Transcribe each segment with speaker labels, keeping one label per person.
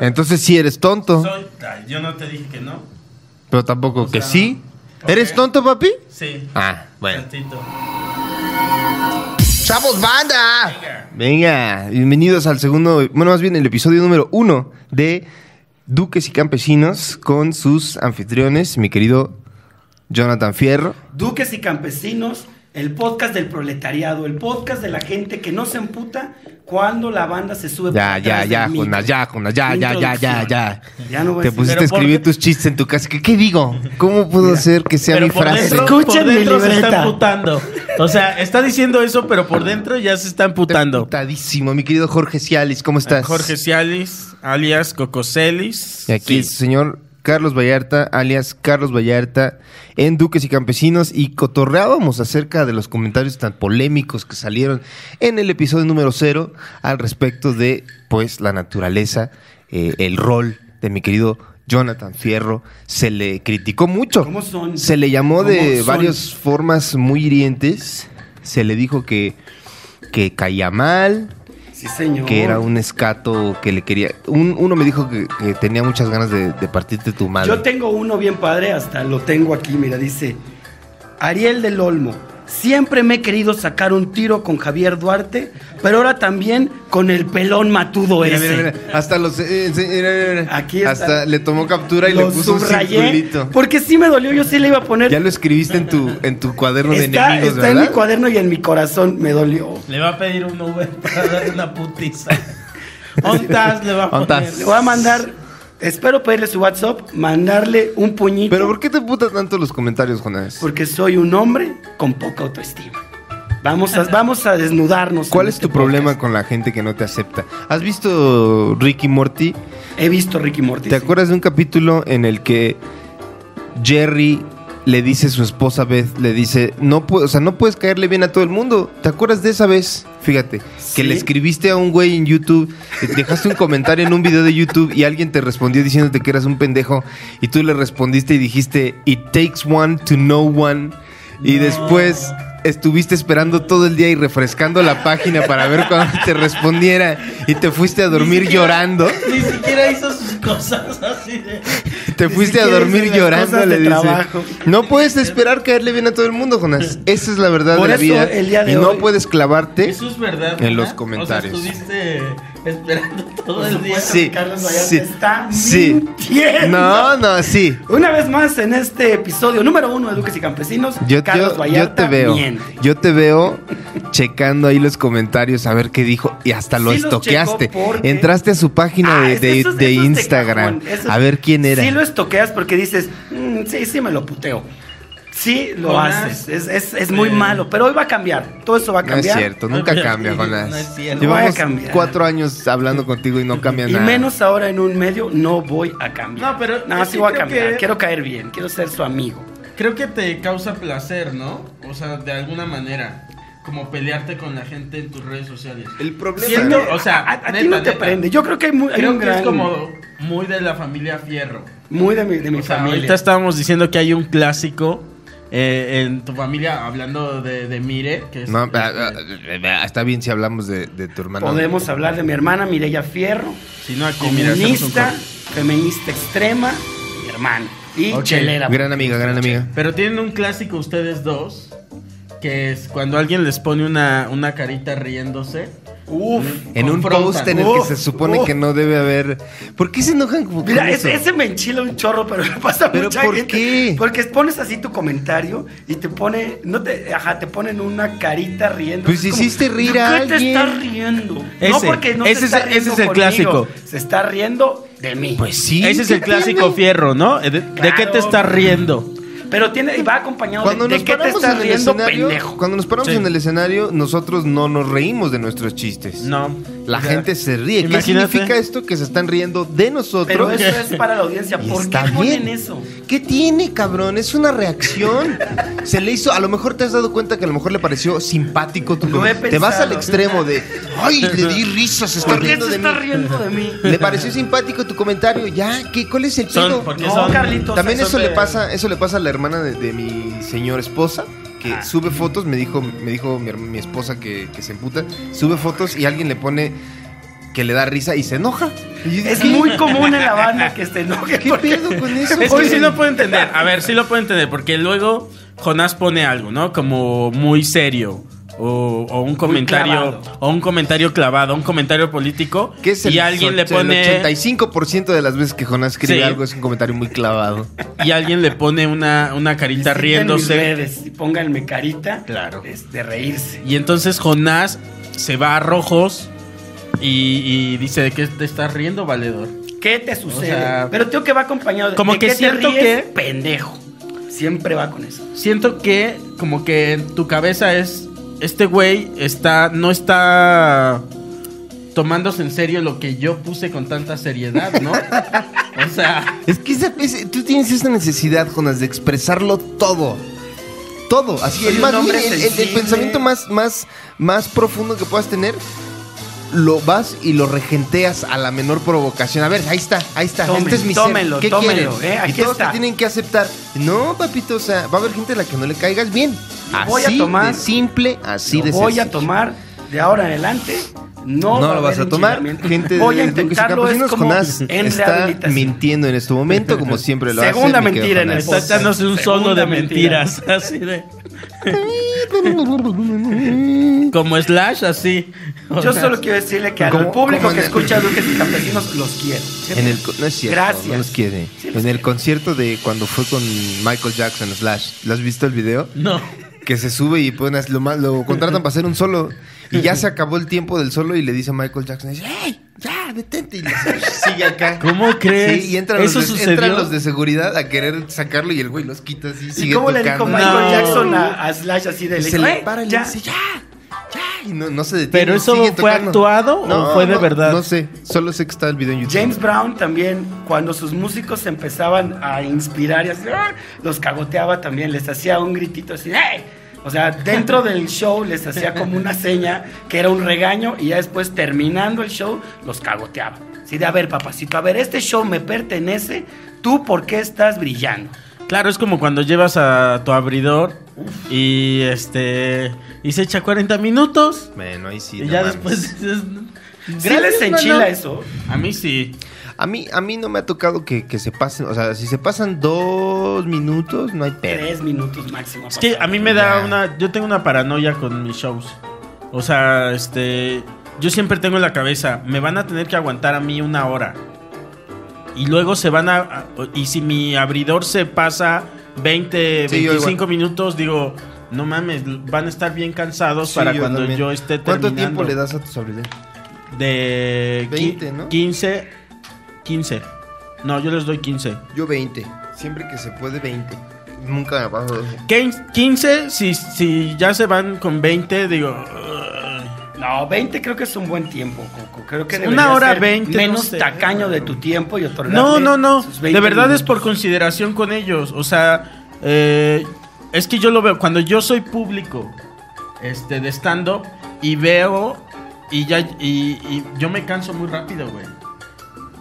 Speaker 1: Entonces sí eres tonto,
Speaker 2: Soy- ay, yo no te dije que no.
Speaker 1: pero tampoco
Speaker 2: O
Speaker 1: que
Speaker 2: sea,
Speaker 1: sí.
Speaker 2: ok.
Speaker 1: ¿Eres tonto, papi?
Speaker 2: Sí.
Speaker 1: Ah, bueno.
Speaker 2: Tantito.
Speaker 1: ¡Chavos, banda!
Speaker 2: Venga.
Speaker 1: Venga, bienvenidos al segundo, bueno, más bien el episodio número uno de Duques y Campesinos con sus anfitriones, mi querido Jonathan Fierro.
Speaker 3: Duques y campesinos, el podcast del proletariado, el podcast de la gente que no se emputa cuando la banda se sube. por
Speaker 1: Ya, ya,
Speaker 3: atrás
Speaker 1: ya,
Speaker 3: del micro.
Speaker 1: Jonas, ya, Jonas, ya, ya, ya, ya, ya.
Speaker 3: Ya no voy a
Speaker 1: Te
Speaker 3: decir-
Speaker 1: pusiste a
Speaker 2: Pero ¿por
Speaker 1: escribir
Speaker 2: qué?
Speaker 1: tus chistes en tu casa. ¿Qué, qué digo? ¿Cómo puedo hacer que sea Este, mi
Speaker 2: Pero por
Speaker 1: frase?
Speaker 2: dentro,
Speaker 3: Escuchen
Speaker 2: por
Speaker 3: mi
Speaker 2: dentro se está
Speaker 3: libreta.
Speaker 2: amputando. O sea, está diciendo eso, pero por dentro ya se está amputando.
Speaker 1: Putadísimo, mi querido Jorge Cialis, ¿cómo estás?
Speaker 2: Eh, Jorge Cialis, alias Cocoselis.
Speaker 1: Y aquí el
Speaker 2: Sí.
Speaker 1: señor Carlos Vallarta, alias Carlos Vallarta, en Duques y Campesinos, y cotorreábamos acerca de los comentarios tan polémicos que salieron en el episodio número cero al respecto de, pues, la naturaleza, eh, el rol de mi querido Jonathan Fierro. Se le criticó mucho.
Speaker 3: ¿Cómo son?
Speaker 1: Se le llamó
Speaker 3: ¿Cómo
Speaker 1: de
Speaker 3: son?
Speaker 1: varias formas muy hirientes. Se le dijo que, que caía mal,
Speaker 3: Sí, señor.
Speaker 1: que era un escato que le quería. un- uno me dijo que, que tenía muchas ganas de, de partirte tu madre.
Speaker 3: Yo tengo uno bien padre, hasta lo tengo aquí, mira, dice Ariel del Olmo. Siempre me he querido sacar un tiro con Javier Duarte, pero ahora también con el pelón matudo
Speaker 1: Mira,
Speaker 3: ese.
Speaker 1: mira, mira, Hasta los. eh, sí, mira, mira, mira.
Speaker 3: Aquí está.
Speaker 1: Hasta le tomó captura y le
Speaker 3: Lo
Speaker 1: puso un
Speaker 3: subrayé
Speaker 1: circulito.
Speaker 3: porque sí me dolió, yo sí le iba a poner.
Speaker 1: Ya lo escribiste en tu, en tu cuaderno de
Speaker 3: está
Speaker 1: enemigos,
Speaker 3: está en mi
Speaker 1: ¿verdad?
Speaker 3: cuaderno y en mi corazón me dolió.
Speaker 2: Le va a pedir un Uber para darle una putiza. Ontas le va a
Speaker 1: Ontas.
Speaker 2: poner.
Speaker 3: Le voy a mandar, espero pedirle su WhatsApp, mandarle un puñito.
Speaker 1: Pero ¿por qué te putas tanto los comentarios, Jonás?
Speaker 3: Porque soy un hombre con poca autoestima. Vamos a, vamos a desnudarnos.
Speaker 1: ¿Cuál
Speaker 3: en
Speaker 1: es
Speaker 3: este
Speaker 1: tu problema
Speaker 3: podcast.
Speaker 1: con la gente que no te acepta? ¿Has visto Ricky Morty?
Speaker 3: He visto Ricky Morty.
Speaker 1: ¿Te
Speaker 3: sí.
Speaker 1: acuerdas de un capítulo en el que Jerry le dice a su esposa Beth, le dice, no puedo, o sea, no puedes caerle bien a todo el mundo? ¿Te acuerdas de esa vez? Fíjate, que
Speaker 3: Sí.
Speaker 1: le escribiste a un güey en YouTube, eh, dejaste un comentario en un video de YouTube y alguien te respondió diciéndote que eras un pendejo y tú le respondiste y dijiste, it takes one to know one y después... Estuviste esperando todo el día y refrescando la página para ver cuándo te respondiera y te fuiste a dormir llorando.
Speaker 2: Ni siquiera hizo sus cosas así de.
Speaker 1: Te
Speaker 3: Ni
Speaker 1: fuiste a
Speaker 3: siquiera
Speaker 1: dormir
Speaker 3: hice las
Speaker 1: llorando,
Speaker 3: cosas
Speaker 1: le
Speaker 3: de
Speaker 1: dice.
Speaker 3: trabajo.
Speaker 1: No puedes esperar caerle bien a todo el mundo, Jonás. Esa es la verdad
Speaker 3: Por
Speaker 1: de la
Speaker 3: eso,
Speaker 1: vida.
Speaker 3: el día de
Speaker 1: y no
Speaker 3: hoy-
Speaker 1: puedes clavarte.
Speaker 2: Eso es verdad.
Speaker 1: En
Speaker 2: ¿verdad?
Speaker 1: los comentarios.
Speaker 2: O sea, estuviste esperando todo
Speaker 3: Por
Speaker 2: el día.
Speaker 3: supuesto,
Speaker 1: Sí,
Speaker 3: Carlos Vallarta
Speaker 1: sí,
Speaker 3: está
Speaker 1: sí.
Speaker 3: mintiendo.
Speaker 1: No, no, sí.
Speaker 3: Una vez más en este episodio número uno de Duques y Campesinos,
Speaker 1: Yo,
Speaker 3: Carlos
Speaker 1: yo- yo
Speaker 3: Vallarta
Speaker 1: te veo.
Speaker 3: miente.
Speaker 1: Yo te veo checando ahí los comentarios a ver qué dijo. Y hasta lo
Speaker 3: Sí los
Speaker 1: estoqueaste.
Speaker 3: checó porque-
Speaker 1: Entraste a su página
Speaker 3: Ah,
Speaker 1: de,
Speaker 3: es-
Speaker 1: de-
Speaker 3: eso es-
Speaker 1: de
Speaker 3: eso es de
Speaker 1: Instagram.
Speaker 3: cajón, eso es-
Speaker 1: a ver quién era.
Speaker 3: Sí lo estoqueas porque dices, "Mm, sí, sí me lo puteo. Sí lo
Speaker 2: Jonás.
Speaker 3: haces. Es, es- es muy
Speaker 2: Eh.
Speaker 3: malo, pero hoy va a cambiar. Todo eso va a
Speaker 1: no es
Speaker 3: cambiar.
Speaker 1: cierto, nunca
Speaker 2: No,
Speaker 1: cambia,
Speaker 2: no
Speaker 1: Jonás.
Speaker 2: es cierto.
Speaker 3: No voy a
Speaker 1: Llevamos
Speaker 3: cambiar.
Speaker 1: cuatro años hablando contigo y no cambia
Speaker 3: Y
Speaker 1: nada.
Speaker 3: menos ahora en un medio no voy a cambiar.
Speaker 2: No, pero
Speaker 3: No,
Speaker 2: yo
Speaker 3: sí
Speaker 2: sí
Speaker 3: voy a
Speaker 2: creo
Speaker 3: cambiar.
Speaker 2: que-
Speaker 3: Quiero caer bien. Quiero ser su amigo.
Speaker 2: Creo que te causa placer, ¿no? O sea, de alguna manera. Como pelearte con la gente en tus redes sociales.
Speaker 1: El problema
Speaker 2: Siendo, o sea,
Speaker 3: a, a
Speaker 2: neta,
Speaker 3: ti no te
Speaker 2: neta.
Speaker 3: prende. Yo creo que hay, muy, hay
Speaker 2: Creo
Speaker 3: un
Speaker 2: que
Speaker 3: gran.
Speaker 2: es como muy de la familia Fierro.
Speaker 3: Muy de mi, de mi
Speaker 2: O sea,
Speaker 3: familia.
Speaker 2: ahorita estábamos diciendo que hay un clásico eh, en tu familia, hablando de, de Mire, que es...
Speaker 1: No,
Speaker 2: este,
Speaker 1: ah, ah, ah, está bien si hablamos de, de tu hermana.
Speaker 3: Podemos hablar de mi hermana Mireya Fierro,
Speaker 2: si no, aquí, mira, hacemos un
Speaker 3: comunista,
Speaker 2: corte.
Speaker 3: feminista extrema, mi hermana. Y
Speaker 2: Ok.
Speaker 3: chelera.
Speaker 1: Gran amiga, gran amiga.
Speaker 2: Pero tienen un clásico ustedes dos, que es cuando alguien les pone una, una carita riéndose.
Speaker 3: Uf.
Speaker 1: En un
Speaker 2: confrontan.
Speaker 1: post en el que
Speaker 3: Uf,
Speaker 1: se supone
Speaker 3: uf.
Speaker 1: que no debe haber. ¿Por qué se enojan como
Speaker 3: Oh, Mira, ese, ese me enchila un chorro, pero le pasa a
Speaker 1: ¿Pero
Speaker 3: mucha
Speaker 1: por
Speaker 3: gente.
Speaker 1: qué?
Speaker 3: Porque pones así tu comentario y te pone, no te, ajá, te ponen una carita riendo.
Speaker 1: Pues
Speaker 3: Es como,
Speaker 1: hiciste reír
Speaker 3: ¿de
Speaker 1: a
Speaker 3: qué te
Speaker 1: alguien?"
Speaker 3: estás riendo? no
Speaker 2: Ese,
Speaker 3: porque no se
Speaker 2: ese es-
Speaker 3: está
Speaker 2: ese
Speaker 3: riendo
Speaker 2: es el
Speaker 3: conmigo,
Speaker 2: clásico.
Speaker 3: Se está riendo de mí.
Speaker 1: Pues sí.
Speaker 2: Ese es
Speaker 1: ¿qué
Speaker 2: el clásico
Speaker 1: tiene?
Speaker 2: fierro, ¿no? Eh, ¿De, de qué te
Speaker 3: Claro.
Speaker 2: estás riendo?
Speaker 3: Pero tiene, y va acompañado
Speaker 1: Cuando
Speaker 3: de,
Speaker 1: nos
Speaker 3: ¿de qué te
Speaker 1: paramos
Speaker 3: estás
Speaker 1: en el
Speaker 3: riendo,
Speaker 1: escenario,
Speaker 3: pendejo?
Speaker 1: cuando nos paramos
Speaker 2: Sí.
Speaker 1: en el escenario, nosotros no nos reímos de nuestros chistes.
Speaker 2: No.
Speaker 1: La
Speaker 2: O sea,
Speaker 1: gente se ríe. ¿Qué
Speaker 2: imagínate.
Speaker 1: significa esto que se están riendo de
Speaker 3: Pero
Speaker 1: nosotros?
Speaker 3: eso es para la audiencia.
Speaker 1: Y
Speaker 3: ¿Por
Speaker 1: está
Speaker 3: qué ponen
Speaker 1: bien.
Speaker 3: eso?
Speaker 1: ¿Qué tiene, cabrón? Es una reacción. Se le hizo, a lo mejor te has dado cuenta que a lo mejor le pareció simpático tu
Speaker 3: Lo he
Speaker 1: Te vas al
Speaker 3: pensado.
Speaker 1: extremo de, ay, le di risas, se está
Speaker 3: ¿Por qué
Speaker 1: riendo
Speaker 3: se
Speaker 1: de mí.
Speaker 3: está riendo de mí?
Speaker 1: Le pareció simpático tu comentario, ya, ¿qué, ¿cuál es el
Speaker 2: Son-
Speaker 1: pedo?
Speaker 2: porque
Speaker 3: No,
Speaker 2: son-
Speaker 3: Carlitos.
Speaker 1: También
Speaker 3: son
Speaker 1: eso
Speaker 3: de-
Speaker 1: le pasa, eso le pasa a la hermana de, de mi señor esposa, que
Speaker 3: Ah.
Speaker 1: sube fotos, me dijo, me dijo mi, her- mi esposa que, que se emputa, sube fotos y alguien le pone que le da risa y se enoja. Y yo
Speaker 3: Es
Speaker 1: dije,
Speaker 3: muy común en la banda que se enoje.
Speaker 1: ¿Qué
Speaker 3: porque-
Speaker 1: pedo con eso?
Speaker 2: Es que
Speaker 1: güey?
Speaker 2: sí lo puedo entender. A ver, sí lo puedo entender. Porque luego Jonás pone algo, ¿no? Como muy serio. O, o un comentario.
Speaker 3: clavado.
Speaker 2: O un comentario clavado. Un comentario político.
Speaker 1: Que es el,
Speaker 2: y alguien le
Speaker 1: el
Speaker 2: pone.
Speaker 1: 85% de las veces que Jonás escribe
Speaker 2: Sí.
Speaker 1: algo es un comentario muy clavado.
Speaker 2: Y alguien le pone una, una carita
Speaker 3: Visiten mis
Speaker 2: riéndose.
Speaker 3: redes y pónganme carita
Speaker 1: Claro.
Speaker 3: es de reírse.
Speaker 2: Y entonces Jonás se va a rojos. Y, y dice: ¿De qué te estás riendo, valedor?
Speaker 3: ¿Qué te sucede?
Speaker 2: sea,
Speaker 3: Pero tengo que va acompañado de
Speaker 2: como
Speaker 3: ¿de
Speaker 2: que
Speaker 3: qué te
Speaker 2: siento
Speaker 3: ríes?
Speaker 2: que-
Speaker 3: pendejo. Siempre va con eso.
Speaker 2: Siento que como que en tu cabeza es este güey está no está tomándose en serio lo que yo puse con tanta seriedad, ¿no? o sea,
Speaker 1: Es que esa- ese- tú tienes esa necesidad, Jonas, de expresarlo todo. Todo. Así
Speaker 3: Soy
Speaker 1: el,
Speaker 3: un
Speaker 1: más,
Speaker 3: hombre
Speaker 1: el- el- el
Speaker 3: sensible.
Speaker 1: pensamiento más, más, más profundo que puedas tener, lo vas y lo regenteas a la menor provocación. A ver, ahí está, ahí está.
Speaker 3: Tomen,
Speaker 1: este es mi
Speaker 3: tómenlo,
Speaker 1: ser. ¿Qué
Speaker 3: tómenlo,
Speaker 1: quieren?
Speaker 3: eh,
Speaker 1: y
Speaker 3: aquí
Speaker 1: todos
Speaker 3: está.
Speaker 1: te tienen que aceptar. No, papito, o sea, va a haber gente a la que no le caigas bien. Así
Speaker 3: Voy a tomar.
Speaker 1: de simple, así
Speaker 3: Lo
Speaker 1: de
Speaker 3: voy a
Speaker 1: sencillo.
Speaker 3: tomar de ahora en adelante.
Speaker 1: No,
Speaker 3: No, va
Speaker 1: lo
Speaker 3: haber
Speaker 1: vas a tomar.
Speaker 3: enchilamiento.
Speaker 1: Gente
Speaker 3: voy a
Speaker 1: de pues Duques y
Speaker 3: intentarlo. Es
Speaker 1: Campesinos,
Speaker 3: como
Speaker 1: Jonás
Speaker 3: en
Speaker 1: está
Speaker 3: rehabilitación.
Speaker 1: mintiendo en este momento, como siempre lo hace.
Speaker 3: Segunda
Speaker 1: mi querido
Speaker 3: mentira en el
Speaker 1: Jonás.
Speaker 2: está echándose un solo
Speaker 3: Segunda
Speaker 2: de
Speaker 3: mentira.
Speaker 2: mentiras, así de como slash así. O
Speaker 3: Yo
Speaker 2: sea,
Speaker 3: solo quiero decirle que
Speaker 1: Como-
Speaker 3: al público
Speaker 1: como
Speaker 3: que
Speaker 1: en el-
Speaker 3: escucha Duques y Campesinos los quiero.
Speaker 1: En el, co- no es cierto,
Speaker 3: Gracias.
Speaker 1: no los quiere.
Speaker 3: Sí los
Speaker 1: en el
Speaker 3: quiere.
Speaker 1: concierto de cuando fue con Michael Jackson Slash, ¿lo has visto el video?
Speaker 2: no.
Speaker 1: Que se sube y ponen así, lo, ma- lo contratan para hacer un solo. Y ya se acabó el tiempo del solo y le dice a Michael Jackson, dice, ¡Ey! ¡Ya, detente! Y le sigue acá.
Speaker 2: ¿Cómo crees?
Speaker 1: Sí, y entran,
Speaker 2: Eso
Speaker 1: los de,
Speaker 2: sucedió.
Speaker 1: entran los de seguridad a querer sacarlo y el güey los quita así.
Speaker 3: ¿Y
Speaker 1: sigue
Speaker 3: cómo le dijo
Speaker 1: tocando.
Speaker 3: Michael
Speaker 2: No.
Speaker 3: Jackson a, a Slash así de
Speaker 1: Y
Speaker 3: le
Speaker 1: se
Speaker 3: dijo,
Speaker 1: le
Speaker 3: "Eh,
Speaker 1: para y le
Speaker 3: ya".
Speaker 1: dice, ya, ya. Y no, no se detiene.
Speaker 2: Pero eso
Speaker 1: sigue
Speaker 2: fue
Speaker 1: tocando.
Speaker 2: actuado o fue de verdad?
Speaker 1: No sé, solo sé que está el video en YouTube.
Speaker 3: James Brown también, cuando sus músicos se empezaban a inspirar y así, "Ah", los cagoteaba también, les hacía un gritito así, ¡Hey! O sea, dentro del show les hacía como una seña que era un regaño y ya después terminando el show los cagoteaba. Sí, de a ver, papacito, a ver, este show me pertenece, tú por qué estás brillando.
Speaker 2: Claro, es como cuando llevas a tu abridor y este y se echa 40 minutos
Speaker 1: Bueno, ahí sí.
Speaker 2: y
Speaker 1: no
Speaker 2: ya
Speaker 1: mames.
Speaker 2: después dices,
Speaker 3: Sí
Speaker 2: "Gracias,
Speaker 3: les
Speaker 2: mano".
Speaker 3: enchila eso.
Speaker 2: A mí sí.
Speaker 1: A mí, a mí no me ha tocado que, que se pasen. O sea, si se pasan dos minutos, no hay pedo.
Speaker 3: Tres minutos máximo.
Speaker 2: Es que
Speaker 3: papá.
Speaker 2: a mí me da
Speaker 1: Ya.
Speaker 2: una. Yo tengo una paranoia con mis shows. O sea, este. Yo siempre tengo en la cabeza. Me van a tener que aguantar a mí una hora. Y luego se van a. a- Y si mi abridor se pasa 20,
Speaker 1: Sí, yo
Speaker 2: 25 minutos, digo. No mames, van a estar bien cansados
Speaker 1: Sí,
Speaker 2: para
Speaker 1: yo
Speaker 2: cuando
Speaker 1: también.
Speaker 2: yo esté terminando.
Speaker 1: ¿Cuánto tiempo le das a tus habilidades?
Speaker 2: De
Speaker 1: 20,
Speaker 2: 20,
Speaker 1: ¿no?
Speaker 2: 15. 15. No, yo les doy 15.
Speaker 1: Yo 20. Siempre que se puede, 20. Nunca me paso de eso.
Speaker 2: Quin- 15, si, si ya se van con 20, digo. "Ugh".
Speaker 3: No, 20 creo que es un buen tiempo, Coco. Creo que
Speaker 2: Una
Speaker 3: debería
Speaker 2: hora
Speaker 3: ser
Speaker 2: 20, no
Speaker 3: menos
Speaker 2: sé.
Speaker 3: tacaño de tu tiempo y otorgarle
Speaker 2: No, no, no.
Speaker 3: sus 20
Speaker 2: De verdad es
Speaker 3: minutos.
Speaker 2: por consideración con ellos. O sea, eh, es que yo lo veo. Cuando yo soy público este, de stand-up y veo y ya. Y, y yo me canso muy rápido, güey.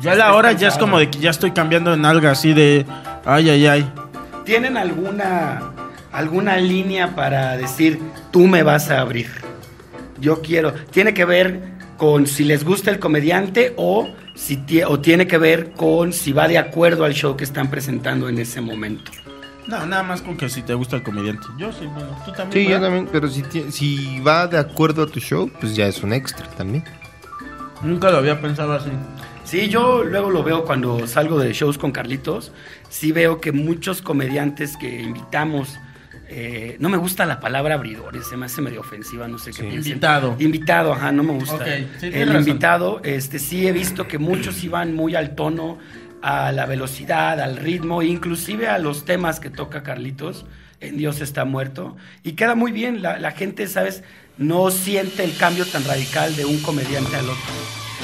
Speaker 2: Yo a
Speaker 3: Estás
Speaker 2: la hora ya es
Speaker 3: cansado.
Speaker 2: como de que ya estoy cambiando en alga, así de. Ay, ay, ay.
Speaker 3: ¿Tienen alguna alguna línea para decir tú me vas a abrir? Yo quiero. Tiene que ver con si les gusta el comediante o si tie- o tiene que ver con si va de acuerdo al show que están presentando en ese momento.
Speaker 2: No, nada más con que si te gusta el comediante. Yo sí, bueno, tú también.
Speaker 1: Sí, yo
Speaker 2: ¿verdad?
Speaker 1: también. Pero si, ti- si va de acuerdo a tu show, pues ya es un extra también.
Speaker 2: Nunca lo había pensado así.
Speaker 3: Sí, yo luego lo veo cuando salgo de shows con Carlitos. Sí veo que muchos comediantes que invitamos, eh, no me gusta la palabra abridores, se me hace medio ofensiva, no sé qué. piensen.
Speaker 2: Invitado.
Speaker 3: Invitado, ajá, no me gusta.
Speaker 2: Ok, sí, tienes
Speaker 3: El
Speaker 2: razón.
Speaker 3: invitado, este, sí he visto que muchos iban muy al tono, a la velocidad, al ritmo, inclusive a los temas que toca Carlitos. En Dios está muerto. Y queda muy bien, la, la gente, ¿sabes? No siente el cambio tan radical de un comediante al otro.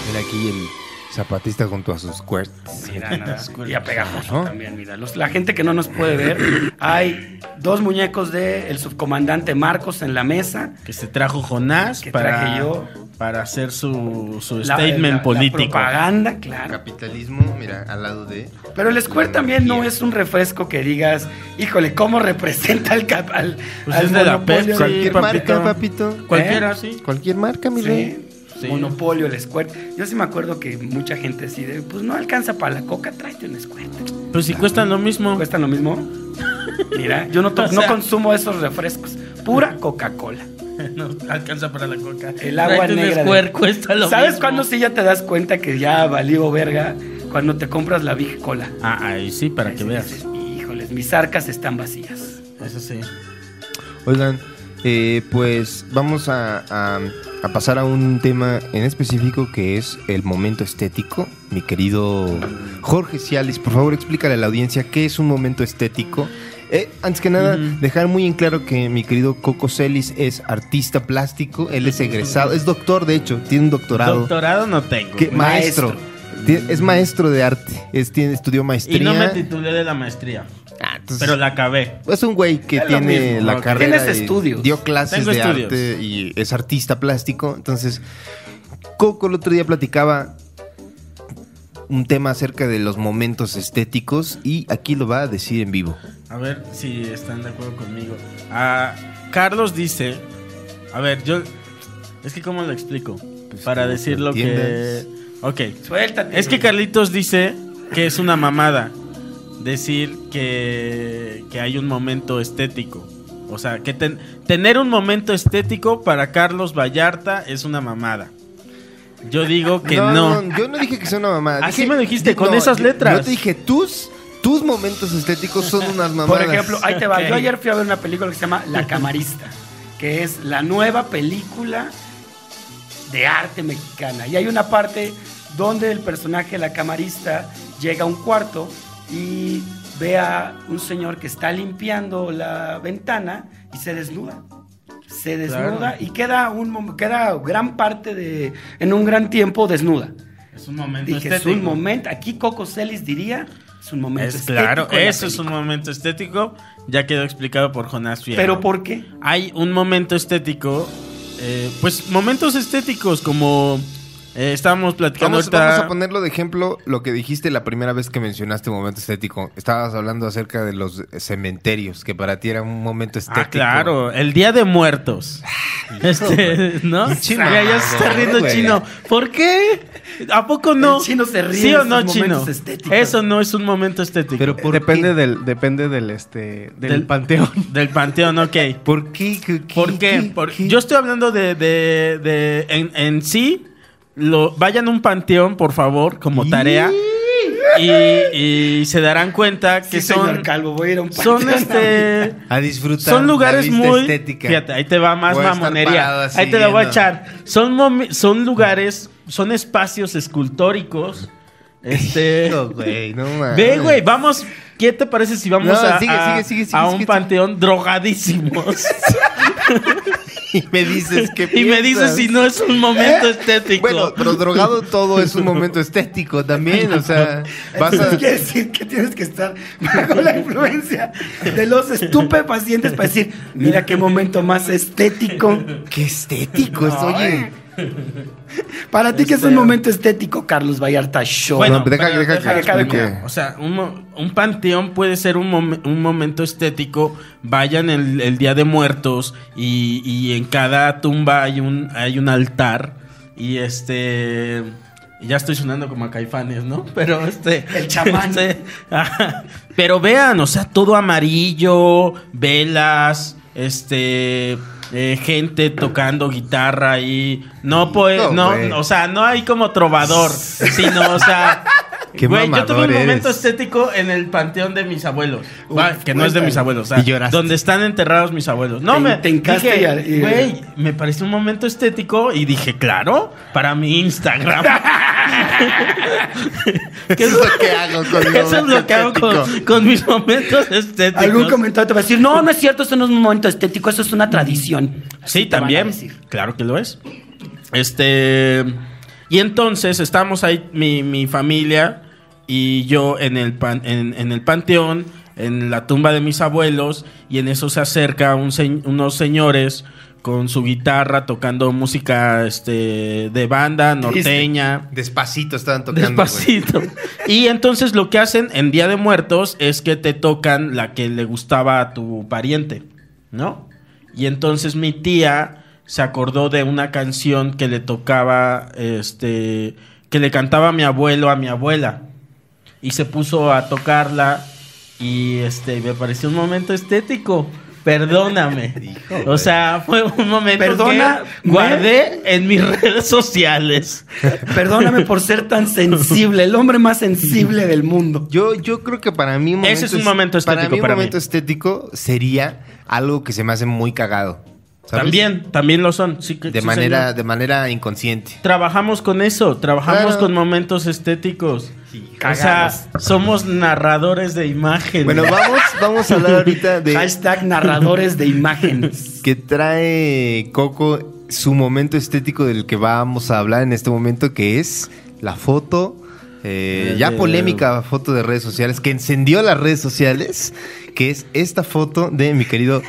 Speaker 1: Mira aquí el zapatista junto a sus cuerdas.
Speaker 3: Mira, nada.
Speaker 2: Disculpa.
Speaker 3: Y a pegajoso
Speaker 1: Ajá.
Speaker 3: también, mira. Los- la gente que no nos puede ver, hay dos muñecos de el subcomandante Marcos en la mesa.
Speaker 2: Que se trajo Jonás
Speaker 3: Que
Speaker 2: para,
Speaker 3: traje yo.
Speaker 2: para hacer su, su
Speaker 3: La-
Speaker 2: statement
Speaker 3: la- la
Speaker 2: político.
Speaker 3: propaganda, claro.
Speaker 1: Capitalismo, mira, al lado de.
Speaker 3: Pero el Square
Speaker 1: la
Speaker 3: también no
Speaker 1: energía.
Speaker 3: es un refresco que digas, híjole, ¿cómo representa al, cap- al,
Speaker 2: Pues
Speaker 3: al
Speaker 2: es de la
Speaker 3: monopolio
Speaker 2: Pepsi,
Speaker 3: del-
Speaker 1: Cualquier
Speaker 2: papito.
Speaker 1: marca, papito. ¿Eh?
Speaker 2: Cualquiera, sí.
Speaker 1: Cualquier marca, mi
Speaker 3: Sí.
Speaker 1: rey.
Speaker 2: Sí.
Speaker 3: Monopolio, el Squirt. Yo sí me acuerdo que mucha gente así de, pues no alcanza para la coca, tráete un Squirt.
Speaker 2: Pero Pues si cuestan lo mismo.
Speaker 3: ¿Cuesta lo mismo? Mira, yo no, to-
Speaker 2: O sea-
Speaker 3: no consumo esos refrescos. Pura Coca-Cola.
Speaker 2: No alcanza para la coca.
Speaker 3: El agua
Speaker 2: Tráete un
Speaker 3: negra de-
Speaker 2: Squirt, cuesta lo
Speaker 3: ¿Sabes
Speaker 2: mismo.
Speaker 3: cuándo sí ya te das cuenta que ya valió verga? Cuando te compras la Big Cola.
Speaker 2: Ah, ahí sí, para que
Speaker 3: Ahí sí
Speaker 2: veas.
Speaker 3: dices, Híjoles, mis arcas están vacías.
Speaker 2: Eso sí.
Speaker 1: Oigan, eh, pues vamos a, a- a pasar a un tema en específico que es el momento estético. Mi querido Jorge Cialis, por favor explícale a la audiencia qué es un momento estético. Eh, antes que nada, dejar muy en claro que mi querido Coco Celis es artista plástico, él es egresado, es doctor de hecho, tiene un doctorado.
Speaker 2: Doctorado no tengo.
Speaker 1: Que-
Speaker 2: güey.
Speaker 1: maestro. Ti- Es maestro de arte, es, tiene, estudió
Speaker 2: Y
Speaker 1: maestría.
Speaker 2: no me titulé de la maestría,
Speaker 1: Ah, entonces-
Speaker 2: pero la acabé.
Speaker 1: es un güey que
Speaker 3: Es lo
Speaker 1: tiene
Speaker 3: mismo,
Speaker 1: la
Speaker 2: ok.
Speaker 1: carrera.
Speaker 3: Tienes
Speaker 1: de-
Speaker 3: estudios.
Speaker 1: Dio clases
Speaker 2: Tengo
Speaker 1: de
Speaker 2: estudios.
Speaker 1: arte y es artista plástico. Entonces, Coco el otro día platicaba un tema acerca de los momentos estéticos y aquí lo va a decir en vivo.
Speaker 2: A ver si están de acuerdo conmigo. Ah, Carlos dice, a ver, yo es que cómo lo explico
Speaker 1: Pues,
Speaker 2: para
Speaker 1: como
Speaker 2: decir
Speaker 1: tú
Speaker 2: lo que
Speaker 1: entiendas.
Speaker 2: Ok.
Speaker 3: Suéltate.
Speaker 2: Es que Carlitos dice que es una mamada decir que, que hay un momento estético. O sea, que ten- tener un momento estético para Carlos Vallarta es una mamada. Yo digo que no.
Speaker 1: yo no dije que sea una mamada.
Speaker 2: Así
Speaker 1: Dije-
Speaker 2: me lo dijiste,
Speaker 1: di-
Speaker 2: con
Speaker 1: no,
Speaker 2: esas
Speaker 1: yo-
Speaker 2: letras.
Speaker 1: Yo te dije, tus, tus momentos estéticos son unas mamadas.
Speaker 3: Por ejemplo, ahí te va.
Speaker 2: Ok.
Speaker 3: Yo ayer fui a ver una película que se llama La Camarista, que es la nueva película de arte mexicana. Y hay una parte donde el personaje, la camarista, llega a un cuarto y ve a un señor que está limpiando la ventana y se desnuda. Se desnuda
Speaker 2: Claro.
Speaker 3: y queda, un, mom- queda gran parte de, en un gran tiempo desnuda.
Speaker 2: Es un momento
Speaker 3: Y que es un momento, aquí Coco Celis diría, es un momento.
Speaker 2: Es claro,
Speaker 3: estético en la
Speaker 2: eso es un
Speaker 3: película.
Speaker 2: momento estético. Ya quedó explicado por Jonás Fierro.
Speaker 3: Pero ¿por qué?
Speaker 2: hay un momento estético. eh, pues momentos estéticos, como eh, estábamos platicando
Speaker 1: Vamos,
Speaker 2: ahorita.
Speaker 1: vamos a ponerlo de ejemplo lo que dijiste la primera vez que mencionaste momento estético. Estabas hablando acerca de los cementerios, que para ti era un momento estético.
Speaker 2: Ah, claro, el Día de Muertos. Este, ¿no?
Speaker 1: Chino.
Speaker 2: Mira, ya se está riendo
Speaker 1: Güey.
Speaker 2: chino. ¿Por qué? ¿A poco no?
Speaker 3: El chino se ríe
Speaker 2: ¿Sí
Speaker 3: en
Speaker 2: o
Speaker 3: sus
Speaker 2: no,
Speaker 3: momentos
Speaker 2: chino?
Speaker 3: estéticos.
Speaker 2: Eso no es un momento estético.
Speaker 1: Pero por
Speaker 4: depende
Speaker 1: qué?
Speaker 4: del depende del este del,
Speaker 2: Del-
Speaker 4: panteón.
Speaker 2: Del panteón, ok.
Speaker 1: ¿Por qué? ¿Qué- qué-
Speaker 2: ¿Por qué? Por- yo estoy hablando de. de- de- en, en sí, lo, vayan a un panteón, por favor, como tarea. Y, y se darán cuenta que
Speaker 3: Sí,
Speaker 2: son.
Speaker 3: señor Calvo, voy a ir a un
Speaker 2: Son
Speaker 3: panteón.
Speaker 2: este.
Speaker 1: A disfrutar.
Speaker 2: Son lugares
Speaker 1: la vista
Speaker 2: muy.
Speaker 1: estética.
Speaker 2: Fíjate, ahí te va más
Speaker 1: Voy a estar parado
Speaker 2: mamonería.
Speaker 1: así
Speaker 2: Ahí te la voy a
Speaker 1: viendo.
Speaker 2: echar. Son, momi- son lugares, son espacios escultóricos. Este.
Speaker 1: Hijo, güey, no mames.
Speaker 2: Ve, güey, vamos. ¿Qué te parece si vamos
Speaker 1: No,
Speaker 2: a,
Speaker 1: sigue,
Speaker 2: a-
Speaker 1: sigue, sigue, sigue,
Speaker 2: a
Speaker 1: sigue,
Speaker 2: un
Speaker 1: sigue.
Speaker 2: panteón drogadísimos?
Speaker 1: Y me dices que.
Speaker 2: y me dices si no es un momento
Speaker 3: ¿Eh?
Speaker 2: estético.
Speaker 1: Bueno, pero drogado todo es un momento estético también, o sea, vas
Speaker 3: Entonces
Speaker 1: a...
Speaker 3: quiere decir que tienes que estar bajo la influencia de los estupefacientes para decir, mira qué momento más estético.
Speaker 1: Qué estético es, oye.
Speaker 3: Para ti que es un momento estético, Carlos Vallarta Show.
Speaker 2: Bueno,
Speaker 1: No, deja-
Speaker 2: pero
Speaker 1: deja que
Speaker 2: déjame
Speaker 1: explique.
Speaker 2: terminar. O sea, un, mo- un panteón puede ser un, mom- un momento estético. Vayan el, el Día de Muertos y, y en cada tumba hay un, hay un altar. Y este... Ya estoy sonando como a caifanes, ¿no? Pero este...
Speaker 3: El chamán.
Speaker 2: este, ajá. pero vean, o sea, todo amarillo, velas, este... eh, gente tocando guitarra y no pues
Speaker 1: No,
Speaker 2: no,
Speaker 1: güey.
Speaker 2: o sea no hay como trovador sino o sea
Speaker 1: Qué
Speaker 2: Güey, yo tuve
Speaker 1: mamador
Speaker 2: un momento
Speaker 1: eres.
Speaker 2: estético en el panteón de mis abuelos. Va, que no es de mis abuelos. O sea,
Speaker 1: Y lloraste.
Speaker 2: Donde están enterrados mis abuelos. No,
Speaker 3: Te-
Speaker 2: me.
Speaker 3: te hincaste
Speaker 2: dije,
Speaker 3: y- y-
Speaker 2: Güey, me pareció un momento estético y dije, claro, para mi Instagram. ¿Qué
Speaker 1: Eso es lo que hago con mi
Speaker 2: Eso es lo
Speaker 1: momento
Speaker 2: que hago con,
Speaker 1: estético.
Speaker 2: con mis momentos estéticos.
Speaker 3: Algún comentario te va a decir, no, no es cierto, eso no es un momento estético, eso es una tradición.
Speaker 2: Sí,
Speaker 3: Así te van a
Speaker 2: también.
Speaker 3: decir.
Speaker 2: Claro que lo es. Este. Y entonces estamos ahí, mi, mi familia y yo en el, pan- en, en el panteón, en la tumba de mis abuelos, y en eso se acerca un se- unos señores con su guitarra tocando música este, de banda norteña.
Speaker 1: Despacito estaban tocando. güey.
Speaker 2: Despacito. Y entonces lo que hacen en Día de Muertos es que te tocan la que le gustaba a tu pariente, ¿no? Y entonces mi tía
Speaker 5: se acordó de una canción que le tocaba, este, que le cantaba a mi abuelo, a mi abuela. Y se puso a tocarla y este, me pareció un momento estético. Perdóname. o sea, fue un momento
Speaker 3: Perdona,
Speaker 5: que guardé en mis redes sociales.
Speaker 3: Perdóname por ser tan sensible, el hombre más sensible del mundo.
Speaker 1: Yo, yo creo que para mí un
Speaker 5: Ese es un momento
Speaker 1: Para mí
Speaker 5: estético
Speaker 1: un
Speaker 5: para mí.
Speaker 1: momento estético sería algo que se me hace muy cagado. ¿sabes?
Speaker 5: También, también lo son. Sí, que-
Speaker 1: De
Speaker 5: sí,
Speaker 1: manera,
Speaker 5: señor.
Speaker 1: de manera inconsciente.
Speaker 5: Trabajamos con eso, trabajamos
Speaker 1: Claro.
Speaker 5: con momentos estéticos. o
Speaker 3: cagadas.
Speaker 5: sea, somos narradores de imagen.
Speaker 1: Bueno, vamos, vamos a hablar ahorita de
Speaker 3: Hashtag narradores de imágenes.
Speaker 1: que trae Coco su momento estético del que vamos a hablar en este momento, que es la foto, eh,
Speaker 5: Eh,
Speaker 1: ya
Speaker 5: de-
Speaker 1: polémica foto de redes sociales, que encendió las redes sociales, que es esta foto de mi querido...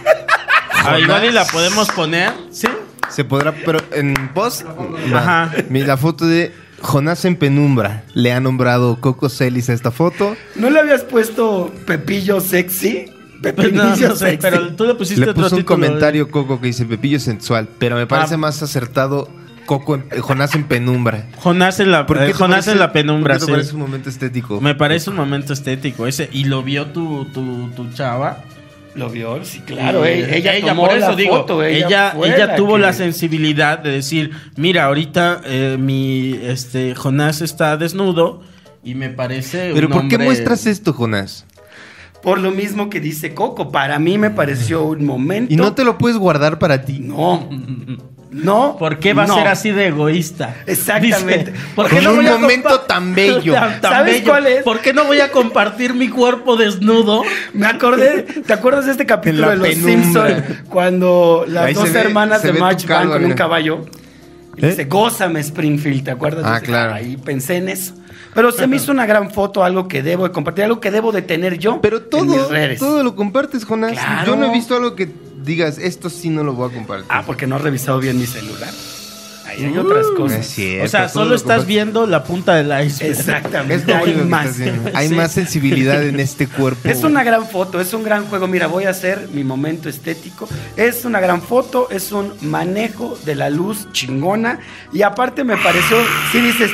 Speaker 5: Ah, igual y la
Speaker 1: Jonás.
Speaker 5: podemos poner, ¿sí?
Speaker 1: Se podrá, pero en voz.
Speaker 5: Ajá.
Speaker 1: Ajá. La foto de Jonás en penumbra. Le ha nombrado Coco Celis a esta foto.
Speaker 3: ¿No le habías puesto Pepillo sexy?
Speaker 5: Pues
Speaker 3: Pepillo
Speaker 5: no, no sé,
Speaker 3: sexy.
Speaker 5: pero tú le pusiste
Speaker 1: Le
Speaker 5: otro
Speaker 1: puso un
Speaker 5: título, ¿eh?
Speaker 1: comentario Coco que dice Pepillo sensual, pero me parece
Speaker 5: Ah.
Speaker 1: más acertado Coco en- eh, Jonás en penumbra.
Speaker 5: Jonás en la, eh,
Speaker 1: te
Speaker 5: Jonás
Speaker 1: parece-
Speaker 5: en la penumbra,
Speaker 1: por qué te
Speaker 5: sí.
Speaker 1: parece un momento estético?
Speaker 5: Me parece un momento estético ese. Y lo vio tu, tu, tu chava.
Speaker 3: Lo vio, sí, claro.
Speaker 5: Y,
Speaker 3: eh, Ella, tomó
Speaker 5: por eso
Speaker 3: la
Speaker 5: digo,
Speaker 3: foto,
Speaker 5: ella,
Speaker 3: ella,
Speaker 5: ella,
Speaker 3: fue
Speaker 5: tuvo
Speaker 3: que-
Speaker 5: la sensibilidad de decir, mira, ahorita eh, mi este Jonás está desnudo y me parece.
Speaker 1: pero
Speaker 5: un
Speaker 1: ¿por qué
Speaker 5: hombre-
Speaker 1: muestras esto, Jonás?
Speaker 3: Por lo mismo que dice Coco, para mí me pareció un momento.
Speaker 1: Y no te lo puedes guardar para ti.
Speaker 3: No. No.
Speaker 5: ¿Por qué va
Speaker 3: no.
Speaker 5: a ser así de egoísta?
Speaker 3: Exactamente.
Speaker 5: ¿por
Speaker 1: Con un
Speaker 5: a
Speaker 1: momento
Speaker 5: compa-
Speaker 1: tan bello.
Speaker 3: ¿Sabes cuál es?
Speaker 5: ¿Por qué no voy a compartir mi cuerpo desnudo?
Speaker 3: Me acordé, ¿te acuerdas de este capítulo
Speaker 1: En la
Speaker 3: de Los
Speaker 1: penumbra.
Speaker 3: Simpsons? Cuando las
Speaker 1: Ahí se
Speaker 3: dos
Speaker 1: ve-
Speaker 3: hermanas
Speaker 1: se
Speaker 3: de
Speaker 1: ve tu
Speaker 3: March van
Speaker 1: calva,
Speaker 3: con un
Speaker 1: mira.
Speaker 3: caballo. Y le
Speaker 1: ¿Eh?
Speaker 3: dice, gózame Springfield, ¿te acuerdas?
Speaker 1: Ah,
Speaker 3: Dice,
Speaker 1: claro.
Speaker 3: Ahí pensé en eso. Pero se me hizo una gran foto, algo que debo de compartir, algo que debo de tener yo
Speaker 1: Pero
Speaker 3: en mis
Speaker 1: todo,
Speaker 3: redes.
Speaker 1: todo lo compartes, Jonás.
Speaker 3: Claro.
Speaker 1: Yo no he visto algo que digas, esto sí no lo voy a compartir.
Speaker 3: Ah, porque no he revisado bien mi celular. Ahí hay otras
Speaker 1: No es
Speaker 3: cosas.
Speaker 1: cierto,
Speaker 5: O sea,
Speaker 1: todo
Speaker 5: solo
Speaker 1: lo
Speaker 5: estás
Speaker 1: compartes.
Speaker 5: viendo la punta del iceberg.
Speaker 1: Es
Speaker 3: Exactamente.
Speaker 1: lo
Speaker 3: Hay
Speaker 1: único que
Speaker 3: más.
Speaker 1: estás viendo. Hay
Speaker 5: Sí.
Speaker 1: más sensibilidad en este cuerpo.
Speaker 3: Es una gran foto, es un gran juego. Mira, voy a hacer mi momento estético. Es una gran foto, es un manejo de la luz chingona. Y aparte me pareció, si dices,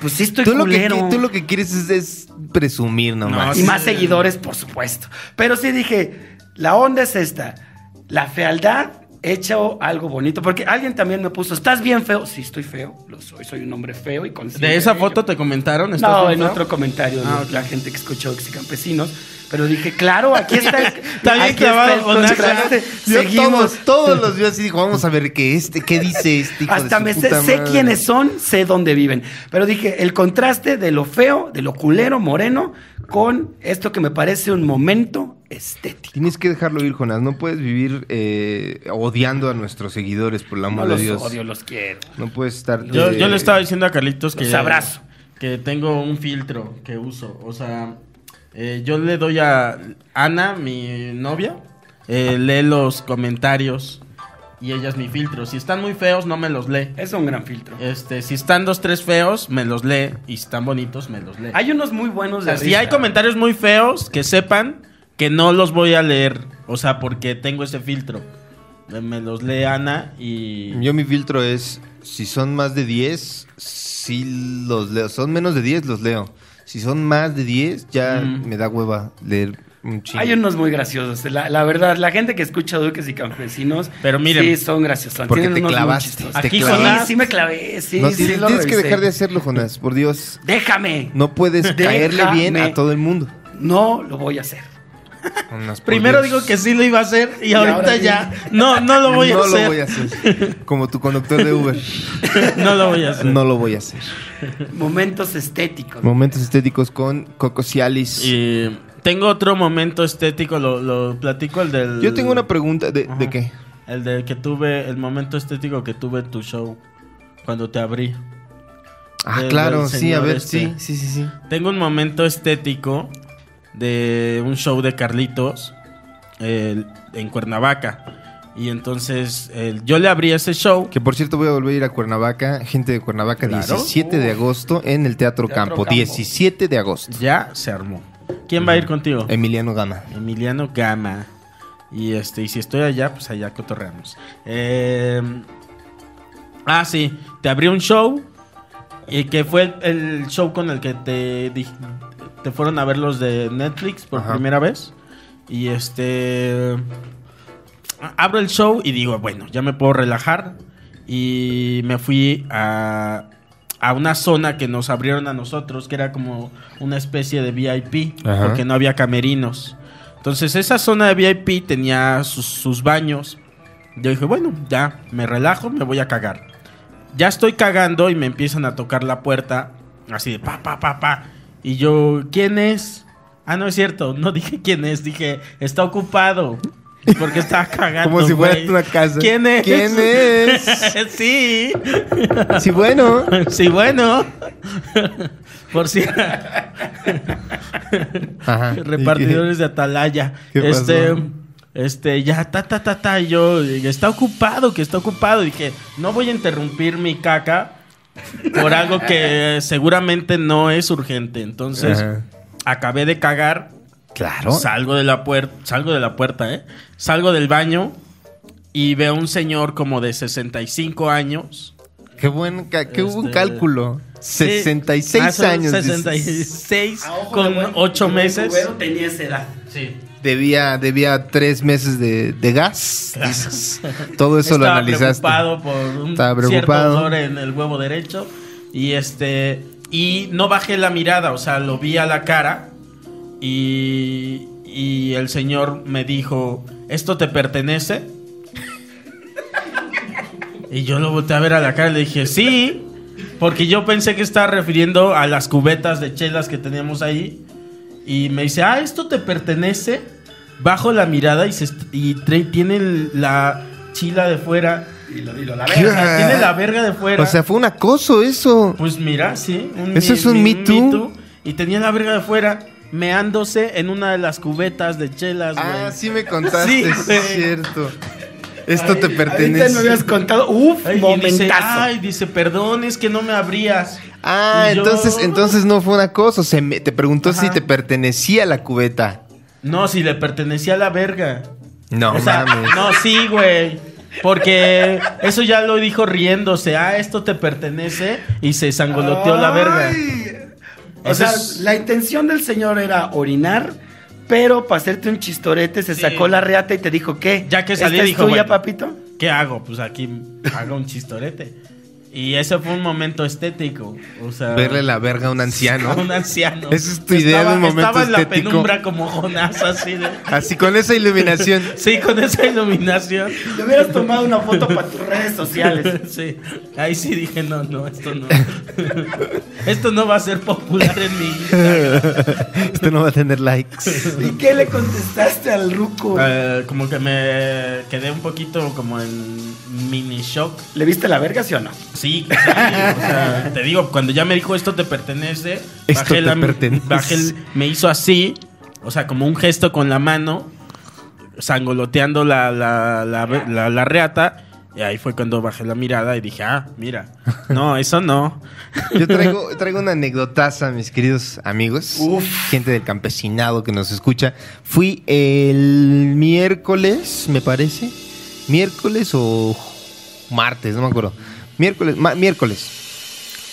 Speaker 3: pues sí estoy
Speaker 1: Tú lo, que,
Speaker 3: culero.
Speaker 1: qui- tú lo que quieres es, es presumir
Speaker 5: Ah,
Speaker 1: nomás.
Speaker 3: Y más seguidores, por supuesto. Pero sí dije, la onda es esta. La fealdad hecho algo bonito. Porque alguien también me puso, ¿estás bien feo? Sí, estoy feo, lo soy, soy un hombre feo y consciente
Speaker 5: ¿De esa
Speaker 3: ello.
Speaker 5: foto te comentaron? ¿Estás
Speaker 3: No,
Speaker 5: bien
Speaker 3: en
Speaker 5: feo?
Speaker 3: otro comentario de
Speaker 5: Ah, ok.
Speaker 3: la gente que escuchó Oxy Campesinos. Pero dije, claro, aquí está el,
Speaker 5: Está bien
Speaker 3: aquí
Speaker 5: clavado, Jonás,
Speaker 3: contraste.
Speaker 1: Yo
Speaker 3: Seguimos.
Speaker 1: Todos, todos los días y dijo, vamos a ver qué este, qué dice este hijo de
Speaker 3: Hasta
Speaker 1: su
Speaker 3: me sé,
Speaker 1: puta
Speaker 3: sé
Speaker 1: madre.
Speaker 3: quiénes son, sé dónde viven. Pero dije, el contraste de lo feo, de lo culero moreno, con esto que me parece un momento estético.
Speaker 1: Tienes que dejarlo ir, Jonás. No puedes vivir eh, odiando a nuestros seguidores, por el
Speaker 3: No
Speaker 1: amor
Speaker 3: los
Speaker 1: de Dios.
Speaker 3: odio, los quiero.
Speaker 1: No puedes estar.
Speaker 5: Yo,
Speaker 1: eh,
Speaker 5: yo le estaba diciendo a Carlitos que.
Speaker 3: Los abrazo.
Speaker 5: Que tengo un filtro que uso. O sea, eh, yo le doy a Ana, mi novia, eh, lee los comentarios y ella es mi filtro. Si están muy feos, no me los lee.
Speaker 3: Es un gran filtro.
Speaker 5: Este, si están dos, tres feos, me los lee. Y si están bonitos, me los lee.
Speaker 3: Hay unos muy buenos
Speaker 5: O
Speaker 3: de
Speaker 5: sea, si
Speaker 3: risa.
Speaker 5: hay comentarios muy feos, que sepan que no los voy a leer. O sea, porque tengo ese filtro. Eh, Me los lee Ana y.
Speaker 1: Yo mi filtro es, si son más de 10, sí los leo. Son menos de 10, los leo. Si son más de 10, ya
Speaker 5: Mm.
Speaker 1: me da hueva leer un chingo.
Speaker 3: Hay unos muy graciosos. La, la verdad, la gente que escucha Duques y Campesinos.
Speaker 5: Pero miren,
Speaker 3: Sí, son graciosos.
Speaker 1: Porque
Speaker 3: Tienen
Speaker 1: te
Speaker 3: unos muy
Speaker 1: clavaste.
Speaker 3: chistosos.
Speaker 1: Te
Speaker 5: Aquí
Speaker 1: clavaste.
Speaker 5: Jonás-
Speaker 3: Sí, sí me clavé. Sí,
Speaker 1: No,
Speaker 3: sí
Speaker 1: tienes
Speaker 3: lo
Speaker 1: tienes que
Speaker 3: revisé.
Speaker 1: dejar de hacerlo, Jonás. Por Dios.
Speaker 3: Déjame. No.
Speaker 1: No puedes caerle bien
Speaker 3: Déjame.
Speaker 1: a todo el mundo.
Speaker 3: lo voy a hacer.
Speaker 1: Jonás, por
Speaker 5: Primero
Speaker 1: Dios.
Speaker 5: digo que sí lo iba a hacer y,
Speaker 3: Y
Speaker 5: ahorita
Speaker 3: ahora
Speaker 5: ya. No, no lo voy a
Speaker 1: no
Speaker 5: hacer.
Speaker 1: lo voy a hacer. Como tu conductor de Uber.
Speaker 5: No lo voy a hacer.
Speaker 1: No lo voy a hacer.
Speaker 3: Momentos estéticos.
Speaker 1: Momentos estéticos con Coco Cialis.
Speaker 5: Y tengo otro momento estético, lo, lo platico el del.
Speaker 1: Yo tengo una pregunta. ¿De,
Speaker 5: Ajá.
Speaker 1: de qué?
Speaker 5: El del que tuve, el momento estético que tuve en tu show, cuando te abrí.
Speaker 1: Ah,
Speaker 5: Del-
Speaker 1: claro,
Speaker 5: del
Speaker 1: sí, a
Speaker 5: señor
Speaker 1: ver,
Speaker 5: este.
Speaker 1: sí, sí, sí, sí.
Speaker 5: Tengo un momento estético de un show de Carlitos eh, en Cuernavaca. Y entonces eh, yo le abrí ese show.
Speaker 1: Que por cierto voy a volver a ir a Cuernavaca, gente de Cuernavaca,
Speaker 5: Claro.
Speaker 1: 17 de agosto en el Teatro,
Speaker 3: Teatro
Speaker 1: Campo,
Speaker 3: Campo.
Speaker 1: 17 de agosto.
Speaker 5: Ya se armó. ¿Quién va a ir contigo?
Speaker 1: Emiliano Gama.
Speaker 5: Emiliano Gama.
Speaker 2: Y este, y si estoy allá, pues allá cotorreamos. Eh, ah, sí, te abrió un show. Y que fue el, el show con el que te, di- te fueron a ver los de Netflix por
Speaker 1: Ajá.
Speaker 2: primera vez. Y este. Abro el show y digo, bueno, ya me puedo relajar. Y me fui a, a una zona que nos abrieron a nosotros, que era como una especie de VIP,
Speaker 1: Ajá.
Speaker 2: porque no había camerinos. Entonces, esa zona de VIP tenía sus, sus baños. Yo dije, bueno, ya me relajo, me voy a cagar. Ya estoy cagando y me empiezan a tocar la puerta, así de pa, pa, pa, pa. Y yo, ¿quién es? Ah, no es cierto, no dije quién es, dije, está ocupado. Porque estaba cagando.
Speaker 1: Como si fuera
Speaker 2: güey.
Speaker 1: una casa.
Speaker 2: ¿Quién es?
Speaker 1: ¿Quién es?
Speaker 2: sí.
Speaker 1: Sí, bueno.
Speaker 2: Sí, bueno. Por si
Speaker 1: Ajá.
Speaker 2: repartidores de Atalaya.
Speaker 1: ¿Qué
Speaker 2: este,
Speaker 1: pasó?
Speaker 2: este, ya, ta, ta, ta, ta, y yo, y está ocupado, que está ocupado, y que no voy a interrumpir mi caca por algo que seguramente no es urgente. Entonces,
Speaker 1: Ajá.
Speaker 2: acabé de cagar,
Speaker 1: Claro.
Speaker 2: salgo de la puerta, salgo de la puerta, ¿eh? Salgo del baño y veo a un señor como de 65 años.
Speaker 1: Qué buen, ca- qué buen
Speaker 2: Este-
Speaker 1: cálculo.
Speaker 2: Sí,
Speaker 1: 66
Speaker 2: más o menos
Speaker 1: años. dices.
Speaker 2: 66
Speaker 3: A ojo de
Speaker 2: con
Speaker 3: buen- de
Speaker 2: 8
Speaker 3: buen
Speaker 2: meses.
Speaker 3: cubero tenía esa edad.
Speaker 2: Sí.
Speaker 1: Debía, debía tres meses de, de gas. dices. Todo eso lo
Speaker 2: Estaba
Speaker 1: analizaste.
Speaker 2: preocupado por un
Speaker 1: Estaba
Speaker 2: cierto
Speaker 1: preocupado.
Speaker 2: dolor en el huevo derecho y este y no bajé la mirada, o sea, lo vi a la cara y y el señor me dijo, "¿Esto te pertenece?" y yo lo volteé a ver a la cara y le dije, "Sí." Porque yo pensé que estaba refiriendo a las cubetas de chelas que teníamos ahí. Y me dice, ah, esto te pertenece. Bajo la mirada y, se est- y tra- tiene el- la chila de fuera.
Speaker 3: Dilo, dilo, la
Speaker 1: ¿Qué?
Speaker 2: O
Speaker 3: verga.
Speaker 2: sea, tiene la verga de fuera.
Speaker 1: Ah. O sea, fue un acoso eso.
Speaker 2: pues mira, sí. un
Speaker 1: ¿Eso
Speaker 2: mi-
Speaker 1: es un
Speaker 2: mi-
Speaker 1: Me Too?
Speaker 2: Y tenía la verga de fuera meándose en una de las cubetas de chelas,
Speaker 1: Ah,
Speaker 2: güey.
Speaker 1: sí me contaste,
Speaker 2: Sí,
Speaker 1: es
Speaker 2: güey.
Speaker 1: cierto. Esto te
Speaker 3: Ahorita no habías
Speaker 1: pertenece.
Speaker 3: contado. Uf,
Speaker 2: Ay, y dice,
Speaker 3: momentazo.
Speaker 2: ay, dice, perdón, es que no me abrías.
Speaker 1: Ah,
Speaker 2: Y yo-
Speaker 1: entonces, entonces no fue un acoso. Se me- te preguntó
Speaker 2: Ajá.
Speaker 1: si te pertenecía la cubeta.
Speaker 2: No, si le pertenecía a la verga.
Speaker 1: No
Speaker 2: o sea,
Speaker 1: mames.
Speaker 2: no, sí, güey. Porque eso ya lo dijo riéndose. Ah, esto te pertenece. Y se sangoloteó la verga.
Speaker 3: Ay. O
Speaker 2: Eso
Speaker 3: sea,
Speaker 2: es-
Speaker 3: la intención del señor era orinar, pero para hacerte un chistorete se
Speaker 2: Sí.
Speaker 3: sacó la reata y te dijo, ¿qué?
Speaker 2: Ya que salí,
Speaker 3: ¿Esta es
Speaker 2: dijo,
Speaker 3: tuya,
Speaker 2: bueno.
Speaker 3: papito?
Speaker 2: ¿Qué hago? Pues aquí hago un chistorete. Y ese fue un momento estético. O sea,
Speaker 1: Verle la verga a un
Speaker 2: a
Speaker 1: anciano.
Speaker 2: un anciano.
Speaker 1: Esa es tu idea de un momento
Speaker 2: Estaba en la
Speaker 1: estético.
Speaker 2: penumbra como Jonás, así de.
Speaker 1: Así con esa iluminación.
Speaker 2: Sí, con esa iluminación.
Speaker 3: Te hubieras tomado una foto para tus redes sociales.
Speaker 2: Sí, ahí sí dije, no, no, esto no. esto no va a ser popular en mi
Speaker 1: Esto Este no va a tener likes.
Speaker 3: ¿Y qué le contestaste al ruco?
Speaker 2: Eh, como que me quedé un poquito como en mini shock.
Speaker 3: ¿Le viste la verga, sí o no?
Speaker 2: Sí, sí, o sea, te digo, cuando ya me dijo esto te pertenece,
Speaker 1: Esto
Speaker 2: bajé
Speaker 1: te
Speaker 2: la-
Speaker 1: pertenece.
Speaker 2: bajé el- me hizo así, o sea, como un gesto con la mano, sangoloteando la, la, la, la- la reata. Y ahí fue cuando bajé la mirada y dije, ah, mira, no, eso no.
Speaker 1: Yo traigo, traigo una anecdotaza, mis queridos amigos.
Speaker 3: Uf.
Speaker 1: Gente del campesinado que nos escucha. Fui el miércoles, me parece. Miércoles o martes, no me acuerdo. Miércoles, ma- miércoles.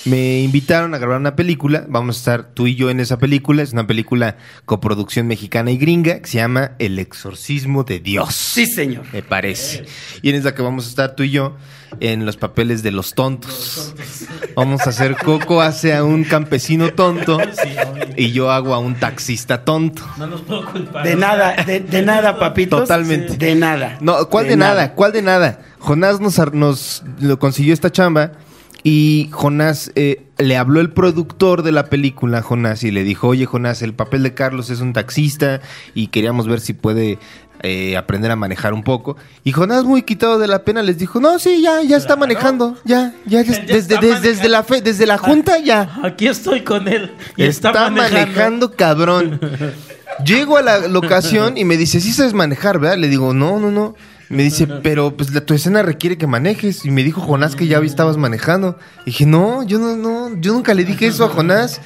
Speaker 1: Me invitaron a grabar una película. Vamos a estar tú y yo en esa película. Es una película coproducción mexicana y gringa que se llama El exorcismo de Dios.
Speaker 3: Sí, señor.
Speaker 1: Me parece. Y en esa que vamos a estar tú y yo en los papeles de los tontos. Vamos a hacer Coco hace a un campesino tonto
Speaker 2: Sí, obvio.
Speaker 1: y yo hago a un taxista tonto.
Speaker 2: no nos puedo culpar.
Speaker 3: De nada, de, de nada, papito.
Speaker 1: Totalmente.
Speaker 3: De nada.
Speaker 1: No, ¿cuál de, nada? ¿Cuál de nada? Jonás nos, ar- nos lo consiguió esta chamba y Jonás eh, le habló el productor de la película a Jonás y le dijo, oye Jonás, el papel de Carlos es un taxista y queríamos ver si puede eh, aprender a manejar un poco. Y Jonás muy quitado de la pena les dijo, no, sí, ya, ya está
Speaker 2: Claro.
Speaker 1: manejando, ya, ya, des-
Speaker 2: Ya
Speaker 1: desde,
Speaker 2: está
Speaker 1: des- desde,
Speaker 2: manejando.
Speaker 1: la fe- desde la junta ya.
Speaker 2: Aquí estoy con él. Y
Speaker 1: está,
Speaker 2: está,
Speaker 1: manejando. cabrón. Llego a la locación y me dice, sí sabes manejar, ¿verdad? Le digo, no, no, no. Me dice, pero pues la- tu escena requiere que manejes. Y me dijo Jonás que ya estabas manejando. dije, no, yo no, no, yo nunca le dije eso a Jonás.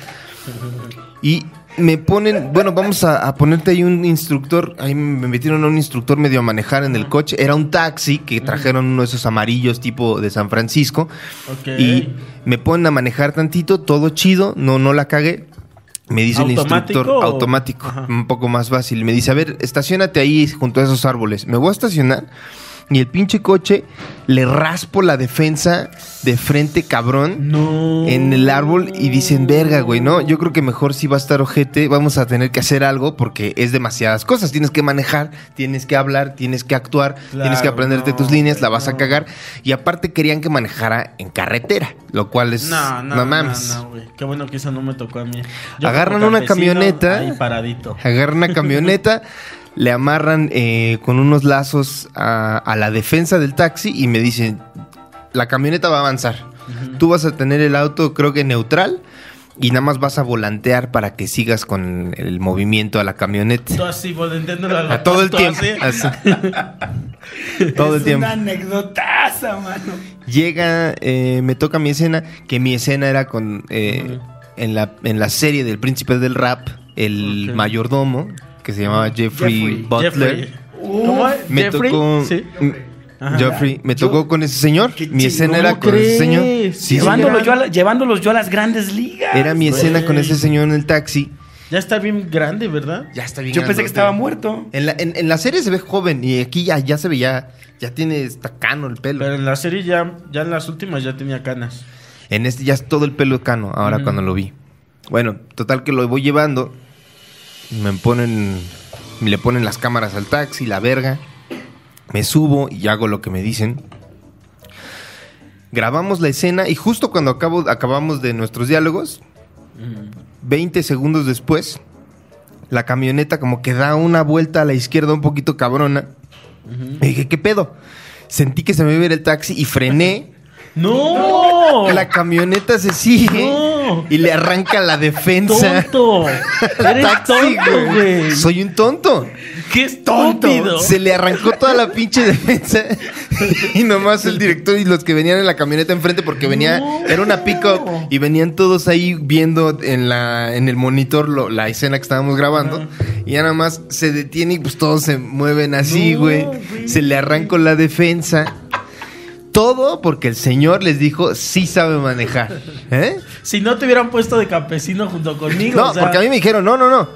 Speaker 1: Y me ponen, bueno, vamos a, a ponerte ahí un instructor, ahí me metieron a un instructor medio a manejar en el coche, era un taxi que trajeron uno de esos amarillos tipo de San Francisco
Speaker 2: Ok.
Speaker 1: y me ponen a manejar tantito, todo chido, no, no la cagué. Me dice el
Speaker 2: ¿Automático
Speaker 1: instructor
Speaker 2: o-
Speaker 1: automático,
Speaker 2: Ajá.
Speaker 1: un poco más fácil. Me dice, a ver, estacionate ahí junto a esos árboles. Me voy a estacionar y el pinche coche le raspo la defensa de frente, cabrón
Speaker 2: No.
Speaker 1: en el árbol y dicen, verga, güey, ¿no? Yo creo que mejor si va a estar ojete, vamos a tener que hacer algo porque es demasiadas cosas. Tienes que manejar, tienes que hablar, tienes que actuar,
Speaker 2: Claro,
Speaker 1: tienes que aprenderte
Speaker 2: no,
Speaker 1: tus líneas, la vas a
Speaker 2: no.
Speaker 1: cagar. Y aparte querían que manejara en carretera, lo cual es...
Speaker 2: No, no, no,
Speaker 1: mames.
Speaker 2: no, güey. Qué bueno que eso no me tocó a mí. Yo
Speaker 1: Agarran
Speaker 2: como
Speaker 1: una
Speaker 2: campesino,
Speaker 1: camioneta.
Speaker 2: Ahí paradito.
Speaker 1: Agarran una camioneta, le amarran eh, con unos lazos a, a la defensa del taxi y me dicen, la camioneta va a avanzar. Tú vas a tener el auto creo que neutral y nada más vas a volantear para que sigas con el movimiento a la
Speaker 2: Tú
Speaker 1: camioneta.
Speaker 2: así, volanteándolo a la-
Speaker 1: A todo el
Speaker 2: tú
Speaker 1: tiempo.
Speaker 2: así.
Speaker 1: así. todo el
Speaker 3: es
Speaker 1: tiempo.
Speaker 3: una anecdotaza, mano.
Speaker 1: Llega, eh, me toca mi escena, que mi escena era con eh, en, la, en la serie del príncipe del rap, el
Speaker 2: Ok.
Speaker 1: mayordomo, que se llamaba Jeffrey,
Speaker 3: Jeffrey.
Speaker 1: Butler.
Speaker 2: Jeffrey.
Speaker 3: Uf,
Speaker 2: ¿Cómo es?
Speaker 1: Me
Speaker 2: Jeffrey,
Speaker 1: tocó.
Speaker 2: sí.
Speaker 1: m-
Speaker 2: Ajá.
Speaker 1: Joffrey, me tocó
Speaker 3: Yo-
Speaker 1: con ese señor.
Speaker 3: Qué
Speaker 1: Mi
Speaker 3: chingón.
Speaker 1: escena era
Speaker 2: ¿Cómo
Speaker 1: con ese
Speaker 2: crees?
Speaker 1: señor.
Speaker 2: Sí,
Speaker 3: Llevándolo
Speaker 2: eran-
Speaker 3: yo a la- llevándolos yo a las grandes ligas.
Speaker 1: Era mi escena con
Speaker 2: güey.
Speaker 1: ese señor en el taxi.
Speaker 2: Ya está bien grande, ¿verdad?
Speaker 1: Ya está bien.
Speaker 3: Yo pensé que
Speaker 1: grandote.
Speaker 3: estaba muerto.
Speaker 1: En la, en- en la serie se ve joven y aquí ya, ya se ve, ya, ya tiene está cano el pelo.
Speaker 2: Pero en la serie ya, ya en las últimas ya tenía canas.
Speaker 1: En este ya es todo el pelo cano, ahora
Speaker 2: Ujú.
Speaker 1: cuando lo vi. Bueno, total que lo voy llevando. Me ponen. me Le ponen las cámaras al taxi, la verga. Me subo y hago lo que me dicen. Grabamos la escena y justo cuando acabo, acabamos de nuestros diálogos, 20 segundos después, la camioneta como que da una vuelta a la izquierda un poquito cabrona. Y dije, ¿qué pedo? Sentí que se me iba a ir el taxi y frené.
Speaker 2: ¡No!
Speaker 1: La camioneta se sigue
Speaker 2: No.
Speaker 1: y le arranca la defensa.
Speaker 2: ¡Tonto!
Speaker 1: al
Speaker 2: ¡Eres
Speaker 1: taxi,
Speaker 2: tonto, güey!
Speaker 1: Soy un tonto.
Speaker 2: ¡Qué estúpido!
Speaker 1: Se le arrancó toda la pinche defensa y nomás el director y los que venían en la camioneta enfrente porque venía
Speaker 2: No.
Speaker 1: era una pickup y venían todos ahí viendo en la en el monitor lo- la escena que estábamos grabando y ya nada más se detiene y pues todos se mueven así,
Speaker 2: No,
Speaker 1: güey.
Speaker 2: güey.
Speaker 1: Se le arrancó la defensa. Todo porque el señor les dijo, sí sabe manejar. ¿Eh?
Speaker 2: Si no te hubieran puesto de campesino junto conmigo.
Speaker 1: No,
Speaker 2: o sea,
Speaker 1: porque a mí me dijeron, no, no, no.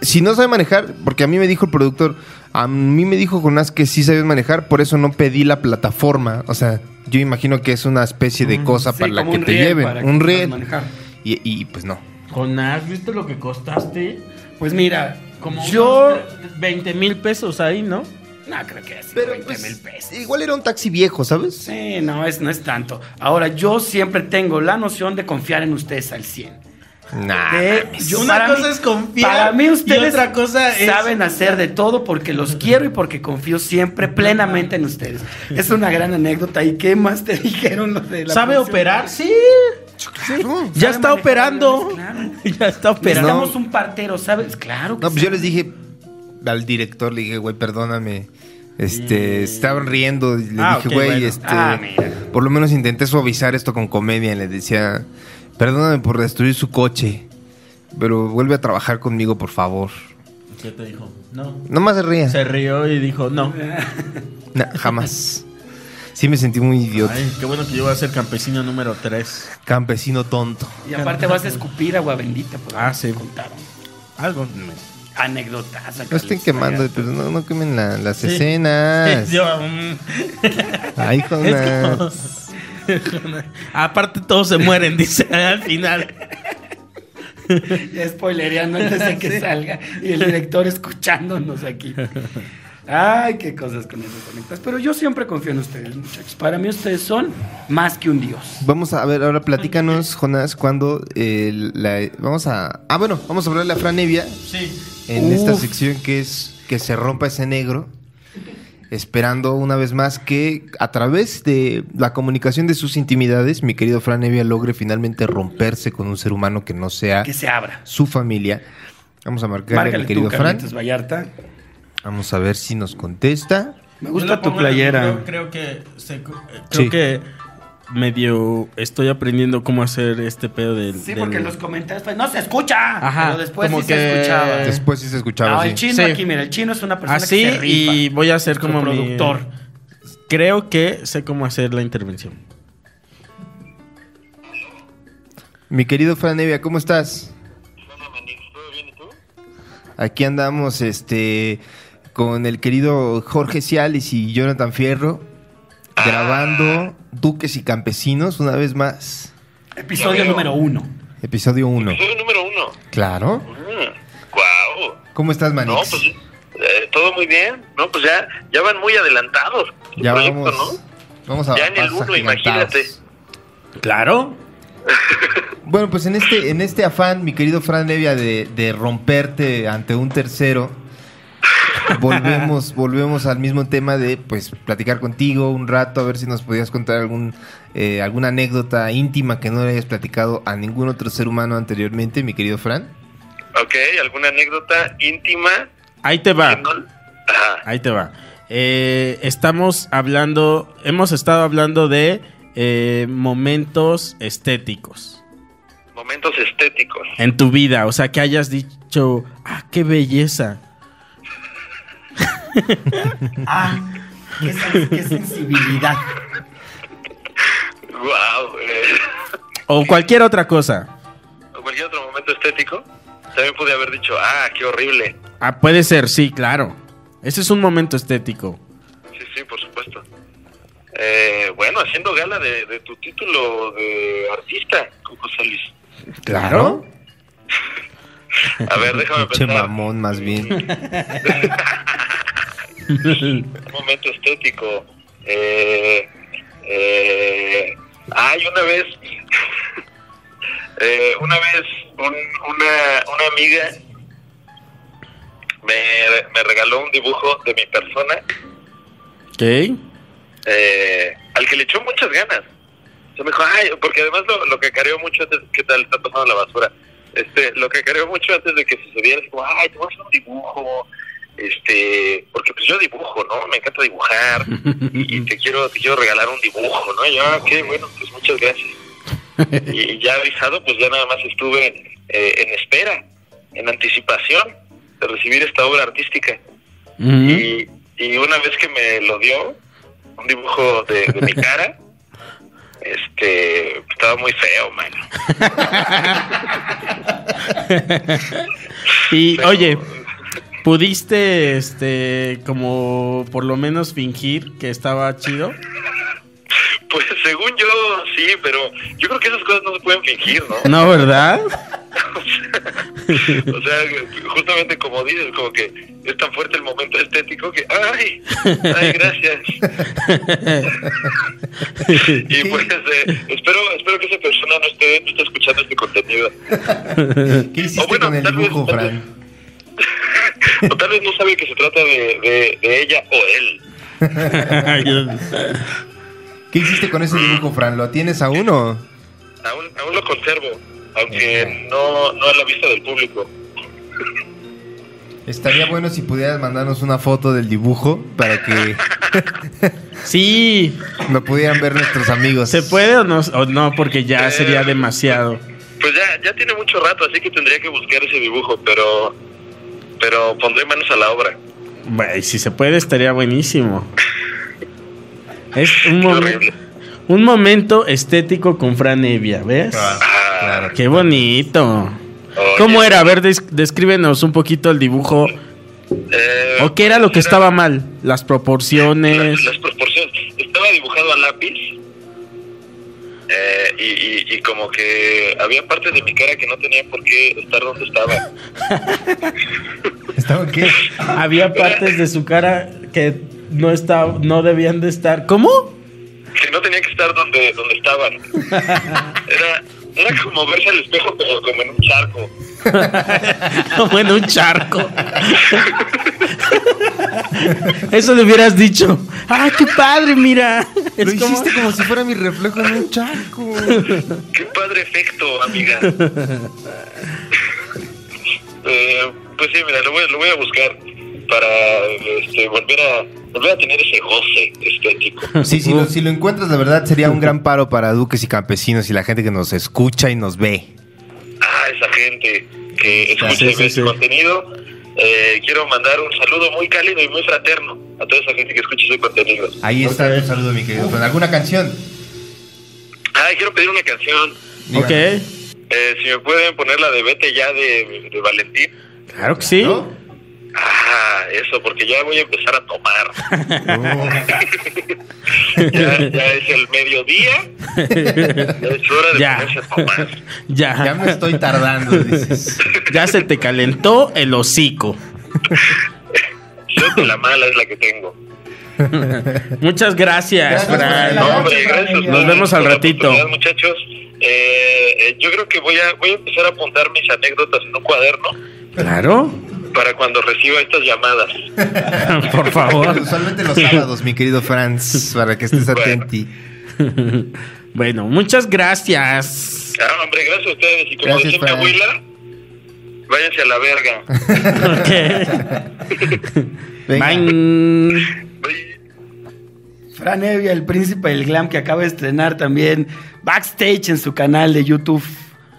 Speaker 1: Si no sabe manejar, porque a mí me dijo el productor, a mí me dijo Jonás que sí sabes manejar, por eso no pedí la plataforma. O sea, yo imagino que es una especie de cosa
Speaker 3: Mm, Sí,
Speaker 1: para la
Speaker 3: como
Speaker 1: que
Speaker 3: un
Speaker 1: te
Speaker 3: riel
Speaker 1: lleven,
Speaker 3: para que
Speaker 1: un
Speaker 3: puedas
Speaker 1: red.
Speaker 3: manejar.
Speaker 1: Y, y pues no.
Speaker 2: Jonás, ¿viste lo que costaste?
Speaker 3: Pues mira,
Speaker 2: Como
Speaker 3: yo.
Speaker 2: yo. 20 mil pesos ahí, ¿no?
Speaker 3: No, creo que así. 20 mil pesos.
Speaker 1: igual era un taxi viejo, ¿sabes?
Speaker 3: pues, Sí, no es, no es tanto. Ahora, yo siempre tengo la noción de confiar en ustedes al 100.
Speaker 1: Nah.
Speaker 3: De- yo-
Speaker 2: Ah, Una
Speaker 3: para
Speaker 2: cosa
Speaker 3: mí-
Speaker 2: es confiar.
Speaker 3: Para mí ustedes
Speaker 2: y otra cosa es.
Speaker 3: saben hacer de todo porque los quiero y porque confío siempre plenamente en ustedes. Es una gran anécdota. ¿Y qué más te dijeron los de la Pues,
Speaker 2: ¿Sabe
Speaker 3: producción?
Speaker 2: operar? Sí.
Speaker 1: Claro.
Speaker 2: Ya está
Speaker 3: manejar
Speaker 2: operando.
Speaker 3: aviones,
Speaker 2: Ya está operando.
Speaker 3: Necesitamos un partero, ¿sabes? Claro que
Speaker 1: No, pues
Speaker 3: sí.
Speaker 1: yo les dije al director, le dije, güey, perdóname. Este, estaban riendo. Y le
Speaker 2: Mm. Ah,
Speaker 1: dije,
Speaker 2: ok,
Speaker 1: güey,
Speaker 2: bueno.
Speaker 1: este.
Speaker 3: Ah, mira.
Speaker 1: Por lo menos intenté suavizar esto con comedia. Y le decía, perdóname por destruir su coche. Pero vuelve a trabajar conmigo, por favor.
Speaker 2: ¿Qué te dijo? No.
Speaker 1: No más se ría.
Speaker 2: Se rió y dijo, no.
Speaker 1: No, jamás. Sí me sentí muy idiota.
Speaker 2: Ay, qué bueno que yo voy a ser campesino número 3.
Speaker 1: Campesino tonto.
Speaker 3: Y aparte vas a escupir agua bendita. Por
Speaker 2: Ah,
Speaker 3: lo que
Speaker 2: sí.
Speaker 3: Contaron.
Speaker 2: Algo.
Speaker 3: Anécdotas.
Speaker 1: No estén
Speaker 3: Carlos.
Speaker 1: quemando, pero no, no quemen la- las
Speaker 2: Sí.
Speaker 1: escenas.
Speaker 2: Yo, mm.
Speaker 1: Ay, con
Speaker 2: Es como- Aparte todos se mueren, dice al final.
Speaker 3: Ya spoilereando antes de que salga y el director escuchándonos aquí. Ay, qué cosas con esas conectas. Pero yo siempre confío en ustedes, muchachos. Para mí ustedes son más que un dios.
Speaker 1: Vamos a ver, ahora platícanos, Jonás, cuando eh, la- vamos a... Ah, bueno, vamos a hablarle a Fran Evia
Speaker 2: Sí.
Speaker 1: en esta
Speaker 3: Uf.
Speaker 1: sección que es que se rompa ese negro, esperando una vez más que a través de la comunicación de sus intimidades, mi querido Fran Evia logre finalmente romperse con un ser humano que no sea
Speaker 3: Que se abra.
Speaker 1: su familia. Vamos a marcarle, a mi
Speaker 3: Márcale
Speaker 1: querido
Speaker 3: tú,
Speaker 1: Fran.
Speaker 3: Carlitos Vallarta.
Speaker 1: Vamos a ver si nos contesta.
Speaker 3: Me
Speaker 2: Yo
Speaker 3: gusta
Speaker 2: la
Speaker 3: tu
Speaker 2: pongo en el
Speaker 3: playera.
Speaker 2: muro, Creo, que se- eh, creo
Speaker 1: Sí.
Speaker 2: que medio estoy aprendiendo cómo hacer este pedo del.
Speaker 3: Sí,
Speaker 2: del-
Speaker 3: porque en los comentarios pues, no se escucha.
Speaker 2: Ajá,
Speaker 3: Pero después
Speaker 6: como
Speaker 3: sí
Speaker 6: que-
Speaker 3: se escuchaba.
Speaker 1: Después sí se escuchaba,
Speaker 3: No,
Speaker 1: sí.
Speaker 3: el chino
Speaker 6: Sí.
Speaker 3: aquí, mira, el chino es una persona
Speaker 2: Así
Speaker 3: que se rifa.
Speaker 2: y voy a hacer
Speaker 3: Nuestro
Speaker 2: como mi-
Speaker 3: productor.
Speaker 2: Creo que sé cómo hacer la intervención.
Speaker 1: Mi querido Fran Evia, ¿cómo estás? Aquí andamos este con el querido Jorge Cialis y Jonathan Fierro
Speaker 7: Ah.
Speaker 1: grabando Duques y Campesinos una vez más.
Speaker 3: Episodio número uno.
Speaker 1: Episodio 1.
Speaker 7: Soy el número uno.
Speaker 1: Claro.
Speaker 7: Wow.
Speaker 1: ¿Cómo estás,
Speaker 7: No,
Speaker 1: Manix?
Speaker 7: pues eh, todo muy bien. No, pues ya, ya van muy adelantados. Tu
Speaker 1: ya
Speaker 7: proyecto,
Speaker 1: vamos. Vamos a
Speaker 7: Ya en el
Speaker 1: pasos
Speaker 7: uno,
Speaker 1: agigantados.
Speaker 7: imagínate.
Speaker 2: Claro.
Speaker 1: Bueno, pues en este, en este afán, mi querido Fran Evia, de, de romperte ante un tercero, volvemos, volvemos al mismo tema de pues platicar contigo un rato, a ver si nos podías contar algún, eh, alguna anécdota íntima que no le hayas platicado a ningún otro ser humano anteriormente, mi querido Fran.
Speaker 7: ¿no? Ok, ¿alguna anécdota íntima?
Speaker 2: Ahí te
Speaker 7: que
Speaker 2: va.
Speaker 7: no- Ajá.
Speaker 2: Ahí te va. Eh, estamos hablando, hemos estado hablando de eh, momentos estéticos
Speaker 7: Momentos estéticos.
Speaker 2: en tu vida. O sea, que hayas dicho, ah, qué belleza.
Speaker 3: Ah, qué, sen- qué sensibilidad.
Speaker 7: Wow.
Speaker 2: O cualquier otra cosa.
Speaker 7: eh, cualquier otro momento estético. También pude haber dicho, ah, qué horrible.
Speaker 2: Ah, puede ser, sí, claro. Ese es un momento estético.
Speaker 7: Sí, sí, por supuesto. Eh, bueno, haciendo gala de, de tu título de artista, Coco Celis.
Speaker 2: Claro.
Speaker 7: A ver, déjame
Speaker 1: Pinche
Speaker 7: pensar.
Speaker 1: mamón, más bien.
Speaker 7: Un momento estético. Eh, eh, ay, una vez, eh, una vez un- una, una amiga me, me regaló un dibujo de mi persona
Speaker 2: Ok.
Speaker 7: eh, al que le echó muchas ganas. Se me dijo, ay, porque además lo, lo que careo mucho antes, ¿qué tal? Está pasando la basura. Este, lo que careo mucho antes de que sucediera es como, ay, te voy a hacer un dibujo, este, porque pues yo dibujo, ¿no? Me encanta dibujar y, y te quiero, te quiero regalar un dibujo, ¿no? Y yo, ah, ok, bueno, pues muchas gracias. Y ya avisado, pues ya nada más estuve eh, en espera, en anticipación de recibir esta obra artística.
Speaker 2: Ujú.
Speaker 7: Y, y una vez que me lo dio, un dibujo de, de mi cara, este, estaba muy feo, man.
Speaker 2: Y
Speaker 7: Pero-
Speaker 2: oye, ¿pudiste este como por lo menos fingir que estaba chido?
Speaker 7: Pues según yo, sí, pero yo creo que esas cosas no se pueden fingir, ¿no?
Speaker 2: No, ¿verdad?
Speaker 7: O sea, justamente como dices, como que es tan fuerte el momento estético que, ay, ay, gracias. Y pues eh, espero, espero que esa persona no esté, no esté escuchando este contenido.
Speaker 1: ¿Qué hiciste
Speaker 7: Oh, bueno,
Speaker 1: con el
Speaker 7: tal vez-
Speaker 1: dibujo,
Speaker 7: tal vez-
Speaker 1: Fran?
Speaker 7: O tal vez no sabe que se trata de, de, de ella o él.
Speaker 1: ¿Qué hiciste con ese dibujo, Fran? ¿Lo tienes aún o?
Speaker 7: Aún, aún lo conservo, aunque no, no a la vista del público.
Speaker 1: Estaría bueno si pudieras mandarnos una foto del dibujo para que
Speaker 2: sí,
Speaker 1: lo pudieran ver nuestros amigos.
Speaker 2: ¿se puede o no? O no, porque ya sería demasiado.
Speaker 7: Pues ya, ya tiene mucho rato, así que tendría que buscar ese dibujo, pero pero pondré manos a la obra.
Speaker 2: Güey, si se puede estaría buenísimo. Es un,
Speaker 7: Qué
Speaker 2: momen-
Speaker 7: horrible.
Speaker 2: un momento estético con Fran Evia, ¿ves?
Speaker 7: Ah,
Speaker 2: Qué bonito.
Speaker 7: oye,
Speaker 2: ¿Cómo era? A ver, des- descríbenos un poquito el dibujo.
Speaker 7: eh,
Speaker 2: ¿O qué era lo que
Speaker 7: era-
Speaker 2: estaba mal? Las proporciones.
Speaker 7: Las, las proporciones. Estaba dibujado a lápiz. eh, y, y- y como que había partes de mi cara que no tenían por qué estar donde estaba.
Speaker 1: ¿Estaba qué?
Speaker 2: Había partes de su cara que no estaba, no debían de estar. ¿Cómo?
Speaker 7: que no tenía que estar donde, donde estaban. Era, era como verse al espejo, pero como en un charco.
Speaker 2: Como en un charco. Eso le hubieras dicho. ¡Ah, qué padre! Mira.
Speaker 1: Lo
Speaker 2: Es como-
Speaker 1: hiciste como si fuera mi reflejo en un charco.
Speaker 7: Qué padre efecto, amiga. Eh, pues sí, mira, lo voy, lo voy a buscar para este, volver a volver a tener ese goce estético.
Speaker 1: Sí, sí, lo- si lo encuentras, la verdad sería un gran paro para duques y campesinos y la gente que nos escucha y nos ve.
Speaker 7: Ah, esa gente que escucha
Speaker 2: sí,
Speaker 7: y
Speaker 2: sí,
Speaker 7: ve este
Speaker 2: sí.
Speaker 7: contenido. Eh, quiero mandar un saludo muy cálido y muy fraterno a toda esa gente que escucha ese contenido.
Speaker 1: Ahí está el saludo, mi querido. ¿Con alguna canción?
Speaker 7: Ah, quiero pedir una canción.
Speaker 2: Ok.
Speaker 1: Díganos.
Speaker 7: Eh, si me pueden poner la de Vete ya de, de Valentín.
Speaker 2: Claro que sí.
Speaker 1: ¿No?
Speaker 7: Ah, eso, porque ya voy a empezar a tomar. ya, ya es el mediodía. Ya es hora de
Speaker 2: Ya.
Speaker 7: ponerse a tomar.
Speaker 2: Ya.
Speaker 1: Ya
Speaker 2: Ya,
Speaker 1: me estoy tardando, dices.
Speaker 2: se te calentó el hocico.
Speaker 7: Yo de la mala es la que tengo.
Speaker 2: Muchas gracias,
Speaker 1: Gracias,
Speaker 2: Fran.
Speaker 1: Fran.
Speaker 7: Ah, No, hombre, gracias. a ustedes
Speaker 2: Nos vemos al
Speaker 7: por la
Speaker 2: ratito.
Speaker 7: oportunidad, Muchachos, Eh, eh, yo creo que voy a, voy a empezar a apuntar mis anécdotas en un cuaderno
Speaker 2: Claro.
Speaker 7: para cuando reciba estas llamadas.
Speaker 2: Por favor.
Speaker 1: Usualmente los sábados, mi querido Franz, para que estés atenti.
Speaker 2: Bueno, muchas gracias.
Speaker 7: Ah, hombre, gracias a ustedes. Y como
Speaker 1: Gracias,
Speaker 7: decía mi
Speaker 1: Fran.
Speaker 7: abuela, váyanse a la verga.
Speaker 2: Ok.
Speaker 1: Venga.
Speaker 2: Bye.
Speaker 7: Bye.
Speaker 3: Fran Evia, el príncipe del glam, que acaba de estrenar también backstage en su canal de YouTube.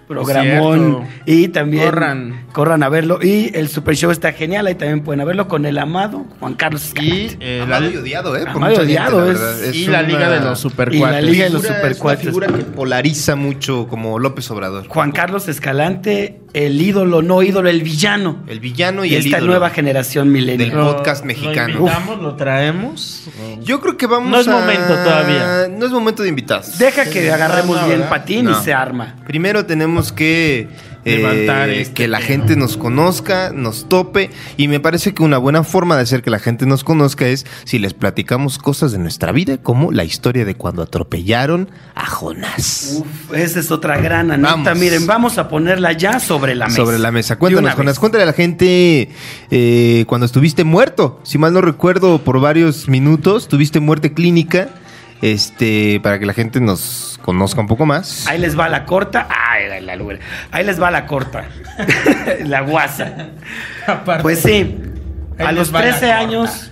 Speaker 3: Programón.
Speaker 2: Cierto.
Speaker 3: Y también.
Speaker 2: Corran.
Speaker 3: corran a verlo. Y el Super Show está genial. Ahí también pueden verlo con el amado Juan Carlos
Speaker 2: Y,
Speaker 3: Escalante.
Speaker 2: eh, la,
Speaker 1: Amado y odiado, ¿eh? Por
Speaker 3: Amado y
Speaker 1: mucha gente,
Speaker 3: odiado,
Speaker 1: la
Speaker 3: es-
Speaker 1: verdad.
Speaker 2: y la
Speaker 1: una
Speaker 2: Liga de los
Speaker 3: y la
Speaker 2: Supercuates.
Speaker 3: Liga de los
Speaker 1: figura-
Speaker 3: Supercuates.
Speaker 1: Es una figura que polariza mucho, como López Obrador.
Speaker 3: Juan Carlos Escalante, el ídolo, no ídolo, el villano.
Speaker 1: El villano y
Speaker 3: de
Speaker 1: el
Speaker 3: esta
Speaker 1: ídolo.
Speaker 3: nueva generación milenial.
Speaker 1: Del- podcast mexicano.
Speaker 2: Lo invitamos, lo traemos.
Speaker 1: Yo creo que vamos
Speaker 2: No es
Speaker 1: a-
Speaker 2: momento todavía.
Speaker 1: No es momento de invitados.
Speaker 3: Deja que agarremos
Speaker 2: no,
Speaker 3: bien
Speaker 2: ¿verdad?
Speaker 3: patín y
Speaker 1: No.
Speaker 3: se arma.
Speaker 1: Primero tenemos que eh,
Speaker 2: Levantar este
Speaker 1: que la
Speaker 2: tema.
Speaker 1: gente nos conozca, nos tope y me parece que una buena forma de hacer que la gente nos conozca es si les platicamos cosas de nuestra vida como la historia de cuando atropellaron a Jonás.
Speaker 3: Uf, esa es otra gran anécdota.
Speaker 1: Vamos.
Speaker 3: Miren, vamos a ponerla ya sobre la mesa.
Speaker 1: Sobre la mesa.
Speaker 3: De una
Speaker 1: Cuéntanos,
Speaker 3: vez.
Speaker 1: Jonás, cuéntale a la gente eh, cuando estuviste muerto. Si mal no recuerdo, por varios minutos tuviste muerte clínica. Este, para que la gente nos conozca un poco más.
Speaker 3: Ahí les va la corta. Ay, la, la lubra. Ahí les va la corta. la guasa.
Speaker 2: Aparte.
Speaker 3: Pues sí,
Speaker 2: Ahí
Speaker 3: a
Speaker 2: les
Speaker 3: los
Speaker 2: va la
Speaker 3: 13
Speaker 2: corta.
Speaker 3: años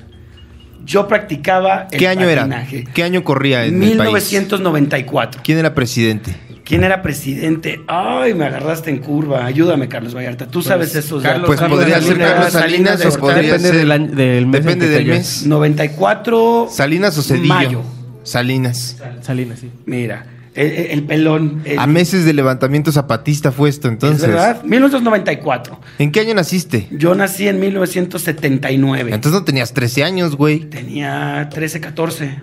Speaker 3: yo practicaba el
Speaker 1: ¿Qué año
Speaker 3: patinaje.
Speaker 1: era? ¿Qué año corría en el país?
Speaker 3: 1994.
Speaker 1: ¿Quién era presidente?
Speaker 3: ¿Quién era presidente? Ay, me agarraste en curva. Ayúdame, Carlos Vallarta. Tú sabes esos
Speaker 2: Carlos-
Speaker 1: Pues
Speaker 2: Carlos
Speaker 1: podría ser
Speaker 2: Salinas,
Speaker 1: Carlos Salinas,
Speaker 3: de
Speaker 1: o podría
Speaker 3: Gortari.
Speaker 4: Depende
Speaker 1: ser-
Speaker 4: del año- del mes en
Speaker 1: depende
Speaker 4: que
Speaker 1: del
Speaker 4: cayó.
Speaker 1: mes.
Speaker 3: 94.
Speaker 1: Salinas o Cedillo.
Speaker 3: Mayo.
Speaker 1: Salinas.
Speaker 4: Salinas, sí.
Speaker 3: Mira, el, el- el pelón. el-
Speaker 1: A meses de levantamiento zapatista fue esto,
Speaker 3: es
Speaker 1: entonces.
Speaker 3: verdad, 1994.
Speaker 1: ¿En qué año naciste?
Speaker 3: Yo nací en 1979.
Speaker 1: Entonces no tenías 13 años, güey.
Speaker 3: Tenía 13, 14.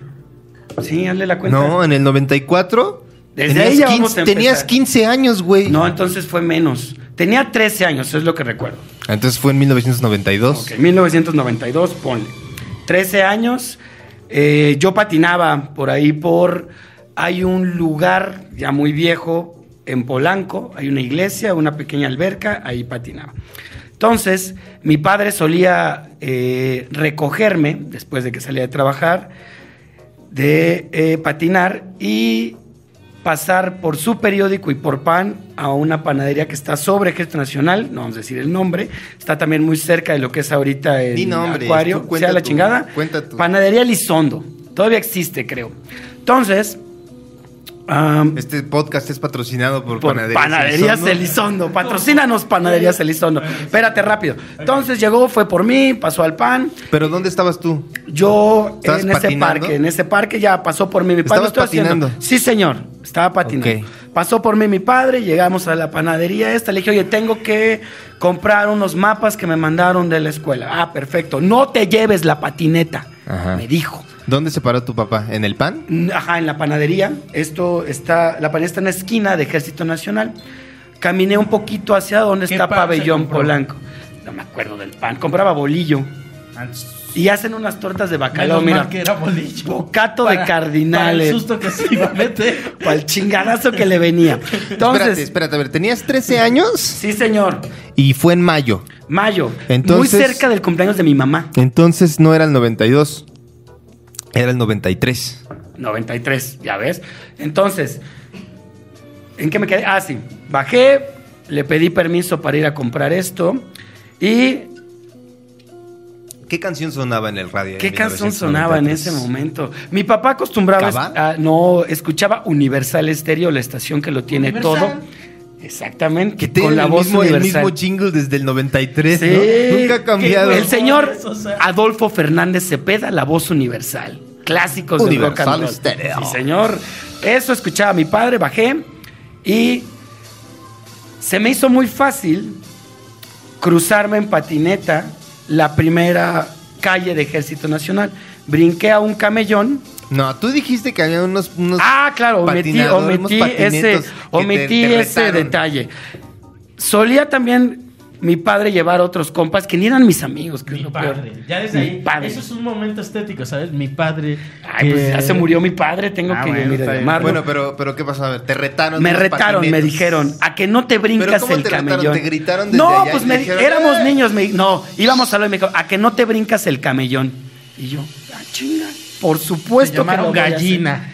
Speaker 3: Sí, hazle la cuenta.
Speaker 1: No, en el 94.
Speaker 3: Desde
Speaker 1: tenías,
Speaker 3: ahí ya vamos a
Speaker 1: tenías
Speaker 3: empezar.
Speaker 1: 15 años, güey.
Speaker 3: No, entonces fue menos. Tenía 13 años, eso es lo que recuerdo.
Speaker 1: Entonces fue en 1992.
Speaker 3: Ok, 1992, ponle. 13 años. eh, yo patinaba por ahí por... Hay un lugar ya muy viejo en Polanco, hay una iglesia, una pequeña alberca, ahí patinaba. Entonces, mi padre solía eh, recogerme después de que salía de trabajar, de eh, patinar y pasar por su periódico y por pan a una panadería que está sobre Ejército Nacional, no vamos a decir el nombre, está también muy cerca de lo que es ahorita el
Speaker 1: Di nombres,
Speaker 3: acuario,
Speaker 1: tú
Speaker 3: sea
Speaker 1: cuenta
Speaker 3: la
Speaker 1: tu-
Speaker 3: chingada,
Speaker 1: cuenta tu-
Speaker 3: panadería Lizondo, todavía existe creo. Entonces, am,
Speaker 1: Este podcast es patrocinado por,
Speaker 3: por
Speaker 1: Panaderías
Speaker 3: Panaderías
Speaker 1: Elizondo.
Speaker 3: Elizondo. Patrocínanos Panaderías Elizondo. Espérate rápido. Entonces llegó, fue por mí, pasó al pan.
Speaker 1: Pero ¿dónde estabas tú?
Speaker 3: Yo en
Speaker 1: ¿Estabas
Speaker 3: ese
Speaker 1: patinando?
Speaker 3: parque, en ese parque ya pasó por mí mi padre.
Speaker 1: ¿Estabas
Speaker 3: Lo estoy haciendo.
Speaker 1: patinando?
Speaker 3: Sí, señor. Estaba patinando. Pasó por mí mi padre, llegamos a la panadería esta. Le dije, oye, tengo que comprar unos mapas que me mandaron de la escuela. Ah, perfecto. No te lleves la patineta,
Speaker 1: Ajá.
Speaker 3: me dijo.
Speaker 1: ¿Dónde se paró tu papá? ¿En el pan?
Speaker 3: Ajá, en la panadería. Esto está, la panadería está en la esquina de Ejército Nacional. Caminé un poquito hacia donde
Speaker 2: ¿Qué
Speaker 3: está
Speaker 2: pan se
Speaker 3: Pabellón
Speaker 2: compró?
Speaker 3: Polanco. No me acuerdo del pan. Compraba bolillo.
Speaker 2: Antes-
Speaker 3: Y hacen unas tortas de bacalao,
Speaker 2: Menos
Speaker 3: mira.
Speaker 2: mal que era bolillo.
Speaker 3: Bocato de
Speaker 2: Para- Para
Speaker 3: cardinales.
Speaker 2: el susto que se iba a meter.
Speaker 3: Para el chingadazo que le venía.
Speaker 1: espérate,
Speaker 3: Entonces,
Speaker 1: espérate, a ver, tenías 13 años
Speaker 3: sí, señor.
Speaker 1: y fue en mayo.
Speaker 3: Mayo.
Speaker 1: Entonces-
Speaker 3: muy cerca del cumpleaños de mi mamá.
Speaker 1: Entonces no era el 92, era el 93.
Speaker 3: 93, ya ves. Entonces, ¿en qué me quedé? Ah, sí. Bajé, le pedí permiso para ir a comprar esto y
Speaker 1: ¿Qué canción sonaba en el radio? en
Speaker 3: ¿Qué canción sonaba en
Speaker 1: 1993?
Speaker 3: ese momento? Mi papá acostumbraba
Speaker 1: ¿Cava?
Speaker 3: a- no escuchaba Universal Estéreo, la estación que lo tiene
Speaker 2: Universal.
Speaker 3: todo. Exactamente,
Speaker 1: Que tiene
Speaker 3: con la
Speaker 1: el,
Speaker 3: voz
Speaker 1: mismo, el
Speaker 3: universal.
Speaker 1: mismo jingle desde el 93,
Speaker 3: Sí,
Speaker 1: ¿no? Nunca ha cambiado.
Speaker 3: El señor
Speaker 2: Eso, o sea.
Speaker 3: Adolfo Fernández Cepeda, la voz universal. Clásicos
Speaker 1: Universal
Speaker 3: de rock and roll.
Speaker 1: Estéreo.
Speaker 3: Sí, señor. Eso escuchaba mi padre, bajé y se me hizo muy fácil cruzarme en patineta la primera calle de Ejército Nacional. Brinqué a un camellón.
Speaker 1: No, tú dijiste que había unos, unos
Speaker 3: Ah, claro, omití,
Speaker 1: patinadores, unos
Speaker 3: omití ese,
Speaker 1: patinetos que te-
Speaker 3: omití
Speaker 1: te
Speaker 3: ese
Speaker 1: retaron.
Speaker 3: detalle. Solía también mi padre llevar otros compas que ni eran mis amigos, que es
Speaker 2: Mi
Speaker 3: lo
Speaker 2: padre.
Speaker 3: peor.
Speaker 2: Ya desde
Speaker 3: Mi
Speaker 2: ahí.
Speaker 3: padre.
Speaker 2: Eso es un momento estético, ¿sabes? Mi padre.
Speaker 3: Ay, pues
Speaker 2: que-
Speaker 3: ya se murió mi padre, tengo
Speaker 4: Ah,
Speaker 3: que
Speaker 4: bueno,
Speaker 3: mira,
Speaker 4: está bien.
Speaker 3: llamarlo.
Speaker 1: Bueno, pero, pero ¿qué pasó? A ver, te retaron.
Speaker 3: me
Speaker 1: unos
Speaker 3: retaron, me
Speaker 1: patinetos.
Speaker 3: dijeron, a que no te brincas
Speaker 1: cómo
Speaker 3: el
Speaker 1: te retaron?
Speaker 3: camellón.
Speaker 1: ¿Te gritaron desde
Speaker 3: no,
Speaker 1: allá
Speaker 3: pues
Speaker 1: y
Speaker 3: me-
Speaker 1: dijeron,
Speaker 3: éramos
Speaker 1: ¡eh!
Speaker 3: niños, me- no, íbamos a hablar y me dijo, a que no te brincas el camellón. Y yo, ah, chinga, por
Speaker 2: Te
Speaker 3: supuesto que
Speaker 2: llamaron
Speaker 3: lo voy a hacer.
Speaker 2: gallina.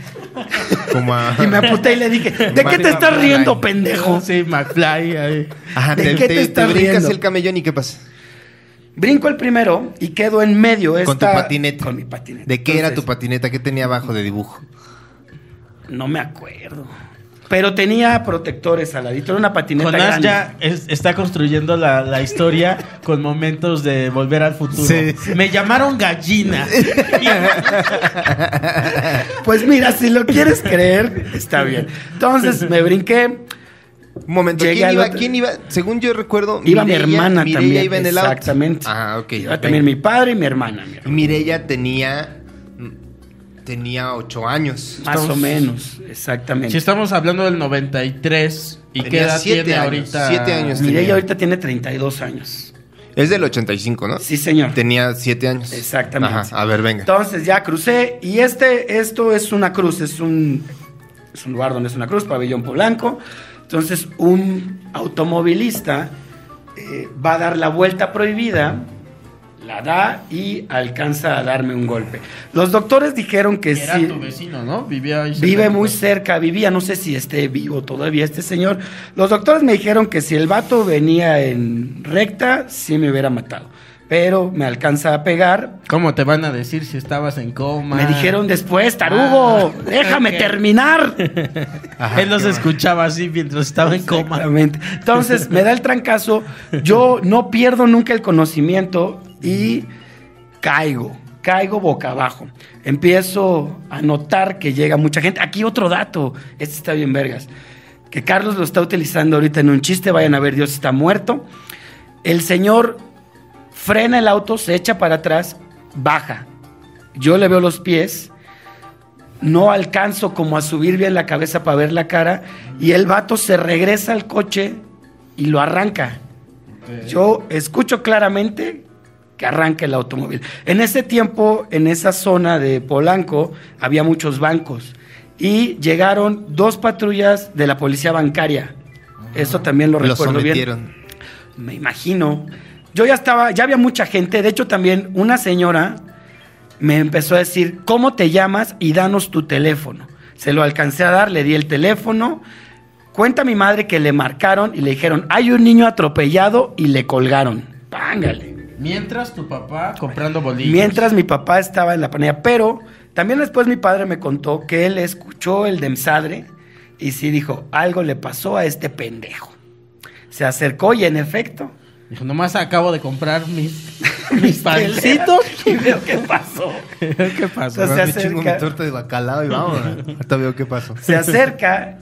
Speaker 1: Como a-
Speaker 3: Y me apunté y le dije, ¿de qué te
Speaker 4: Marta
Speaker 3: estás
Speaker 4: Marta
Speaker 3: riendo,
Speaker 4: Marta.
Speaker 3: pendejo?
Speaker 2: Sí, McFly. ahí.
Speaker 1: Ajá,
Speaker 3: ¿De
Speaker 1: te,
Speaker 3: qué te
Speaker 1: te-
Speaker 3: estás
Speaker 1: te brincas
Speaker 3: riendo?
Speaker 1: el camellón y ¿qué pasa?
Speaker 3: Brinco el primero y quedo en medio. Esta,
Speaker 1: Con tu patineta.
Speaker 3: Con mi patineta.
Speaker 1: ¿De qué era tu
Speaker 3: Entonces,
Speaker 1: patineta? ¿Qué tenía abajo de dibujo?
Speaker 3: No me acuerdo. Pero tenía protectores al ladito. Era una patineta
Speaker 2: Jonás
Speaker 3: grande.
Speaker 2: ya es- está construyendo la, la historia con momentos de volver al futuro.
Speaker 1: Sí.
Speaker 2: Me llamaron gallina.
Speaker 3: Pues mira, si lo quieres creer, está bien. Entonces me brinqué.
Speaker 1: Un momento,
Speaker 3: Llegué
Speaker 1: ¿quién
Speaker 3: al
Speaker 1: iba?
Speaker 3: otro-
Speaker 1: ¿Quién iba? Según yo recuerdo, Mireia-
Speaker 3: Iba mi hermana
Speaker 1: Mireia
Speaker 3: también.
Speaker 1: iba en el auto.
Speaker 3: Exactamente.
Speaker 1: Ah, ok.
Speaker 3: Iba también mi padre y mi hermana. mi hermana.
Speaker 1: Mirella tenía. Tenía ocho años.
Speaker 3: Más
Speaker 2: Estamos-
Speaker 3: o menos, exactamente.
Speaker 2: si estamos hablando del 93 y
Speaker 1: Tenía
Speaker 2: qué edad
Speaker 1: siete
Speaker 2: tiene
Speaker 1: años,
Speaker 2: ahorita.
Speaker 1: siete años.
Speaker 3: Mireia
Speaker 1: tenía.
Speaker 3: ahorita tiene 32 años.
Speaker 1: Es del 85, ¿no?
Speaker 3: Sí, señor.
Speaker 1: Tenía siete años.
Speaker 3: Exactamente.
Speaker 1: Ajá, a ver, venga.
Speaker 3: Entonces ya crucé y este, esto es una cruz, es un, es un lugar donde es una cruz, pabellón Polanco. Entonces un automovilista eh, va a dar la vuelta prohibida, la da y alcanza a darme un golpe. Los doctores dijeron que
Speaker 2: Era
Speaker 3: sí.
Speaker 2: tu vecino, ¿no? Vivía ahí.
Speaker 3: Vive
Speaker 2: cerca.
Speaker 3: muy cerca, vivía, no sé si esté vivo todavía este señor. Los doctores me dijeron que si el vato venía en recta, sí me hubiera matado. Pero me alcanza a pegar,
Speaker 2: ¿Cómo te van a decir si estabas en coma?
Speaker 3: me dijeron después, tarugo,
Speaker 2: Ah.
Speaker 3: déjame
Speaker 2: Ok.
Speaker 3: terminar.
Speaker 1: Ajá,
Speaker 2: Él los
Speaker 1: qué
Speaker 2: escuchaba así mientras estaba en coma.
Speaker 3: Exactamente. Entonces me da el trancazo, yo no pierdo nunca el conocimiento y caigo, caigo boca abajo. Empiezo a notar que llega mucha gente. Aquí otro dato, este está bien vergas, que Carlos lo está utilizando ahorita en un chiste, vayan a ver, Dios está muerto. El señor frena el auto, se echa para atrás, baja. Yo le veo los pies, no alcanzo como a subir bien la cabeza para ver la cara y el vato se regresa al coche y lo arranca. Yo escucho claramente que arranca el automóvil. En ese tiempo, en esa zona de Polanco, había muchos bancos y llegaron dos patrullas de la policía bancaria. Eso también lo
Speaker 1: Los
Speaker 3: recuerdo bien.
Speaker 1: sometieron.
Speaker 3: Me imagino. Yo ya estaba, ya había mucha gente. De hecho, también una señora me empezó a decir, ¿cómo te llamas? Y danos tu teléfono. Se lo alcancé a dar, le di el teléfono. Cuenta mi madre que le marcaron y le dijeron, hay un niño atropellado y le colgaron. Pángale.
Speaker 2: Mientras tu papá comprando bolillos.
Speaker 3: Mientras mi papá estaba en la panilla. Pero también después mi padre me contó que él escuchó el demsadre y sí dijo, algo le pasó a este pendejo. Se acercó y en efecto,
Speaker 2: Dijo, nomás acabo de comprar mis, mis
Speaker 3: mis
Speaker 2: pancitos.
Speaker 3: pancitos y veo qué pasó.
Speaker 2: ¿Qué pasó?
Speaker 3: O sea,
Speaker 1: Ahora
Speaker 3: se
Speaker 1: me chingo
Speaker 3: acerca-
Speaker 1: mi torta de bacalao y vamos. Ahorita veo qué pasó.
Speaker 3: Se acerca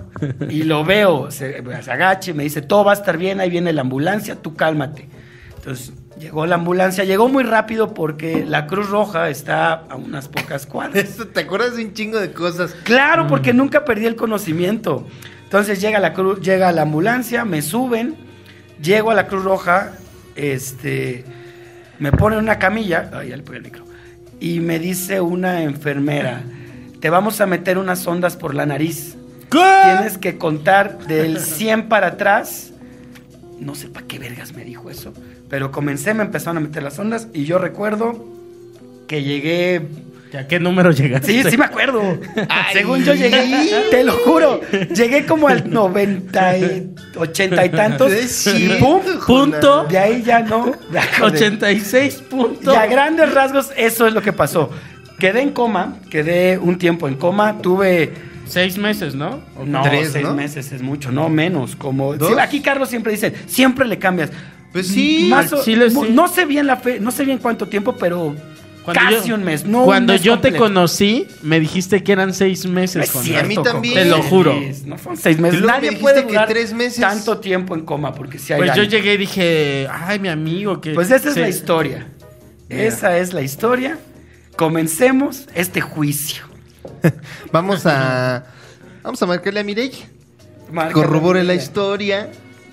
Speaker 3: y lo veo, se, se agacha y me dice, todo va a estar bien, ahí viene la ambulancia, tú cálmate. Entonces llegó la ambulancia, llegó muy rápido porque la Cruz Roja está a unas pocas cuadras.
Speaker 1: Esto, ¿Te acuerdas de un chingo de cosas?
Speaker 3: Claro, porque nunca perdí el conocimiento. Entonces llega la cruz, llega la ambulancia, me suben, llego a la Cruz Roja, este, me ponen una camilla, ay, ya le pegué el micro, y me dice una enfermera, te vamos a meter unas ondas por la nariz, tienes que contar del 100 para atrás, no sé para qué vergas me dijo eso, pero comencé, me empezaron a meter las ondas y yo recuerdo que llegué
Speaker 2: Te ¿A qué número llegaste?
Speaker 3: Sí, sí me acuerdo. Según yo llegué, te lo juro, llegué como al 90 y 80 y tantos. Y pum,
Speaker 2: Punto
Speaker 3: de ahí ya no. ya acordé.
Speaker 2: 86
Speaker 3: Y
Speaker 2: puntos.
Speaker 3: a grandes rasgos, eso es lo que pasó. Quedé en coma, quedé un tiempo en coma, tuve
Speaker 2: Seis meses, ¿no? ¿O
Speaker 3: no,
Speaker 1: Tres,
Speaker 3: seis
Speaker 1: ¿no?
Speaker 3: meses es mucho, no menos, como
Speaker 1: ¿Dos?
Speaker 3: Sí, aquí Carlos siempre dice, siempre le cambias.
Speaker 1: Pues sí.
Speaker 3: Más o-
Speaker 2: Sí, le-
Speaker 3: mu-
Speaker 2: sí.
Speaker 3: no sé bien la fe, no sé bien cuánto tiempo, pero
Speaker 2: Cuando
Speaker 3: casi
Speaker 2: yo-
Speaker 3: un mes, no un
Speaker 2: Cuando
Speaker 3: mes
Speaker 2: yo te
Speaker 3: completo.
Speaker 2: conocí, me dijiste que eran seis
Speaker 3: No
Speaker 2: meses.
Speaker 3: es
Speaker 2: Juan.
Speaker 1: cierto. A mí
Speaker 3: Coco.
Speaker 1: también.
Speaker 2: Te lo juro.
Speaker 3: No fueron seis meses.
Speaker 1: Y luego me
Speaker 3: Nadie
Speaker 1: dijiste
Speaker 3: puede
Speaker 1: que
Speaker 3: durar
Speaker 1: tres meses.
Speaker 3: tanto tiempo en coma porque si hay
Speaker 2: Pues yo
Speaker 3: algo.
Speaker 2: llegué y dije, ay, mi amigo, que...
Speaker 3: Pues esa es
Speaker 2: Sí.
Speaker 3: la historia. Esa es la historia. Comencemos este juicio.
Speaker 1: Vamos a. Vamos a marcarle a Mireille.
Speaker 3: Marca
Speaker 1: Corrobore la
Speaker 3: Ramírez.
Speaker 1: historia.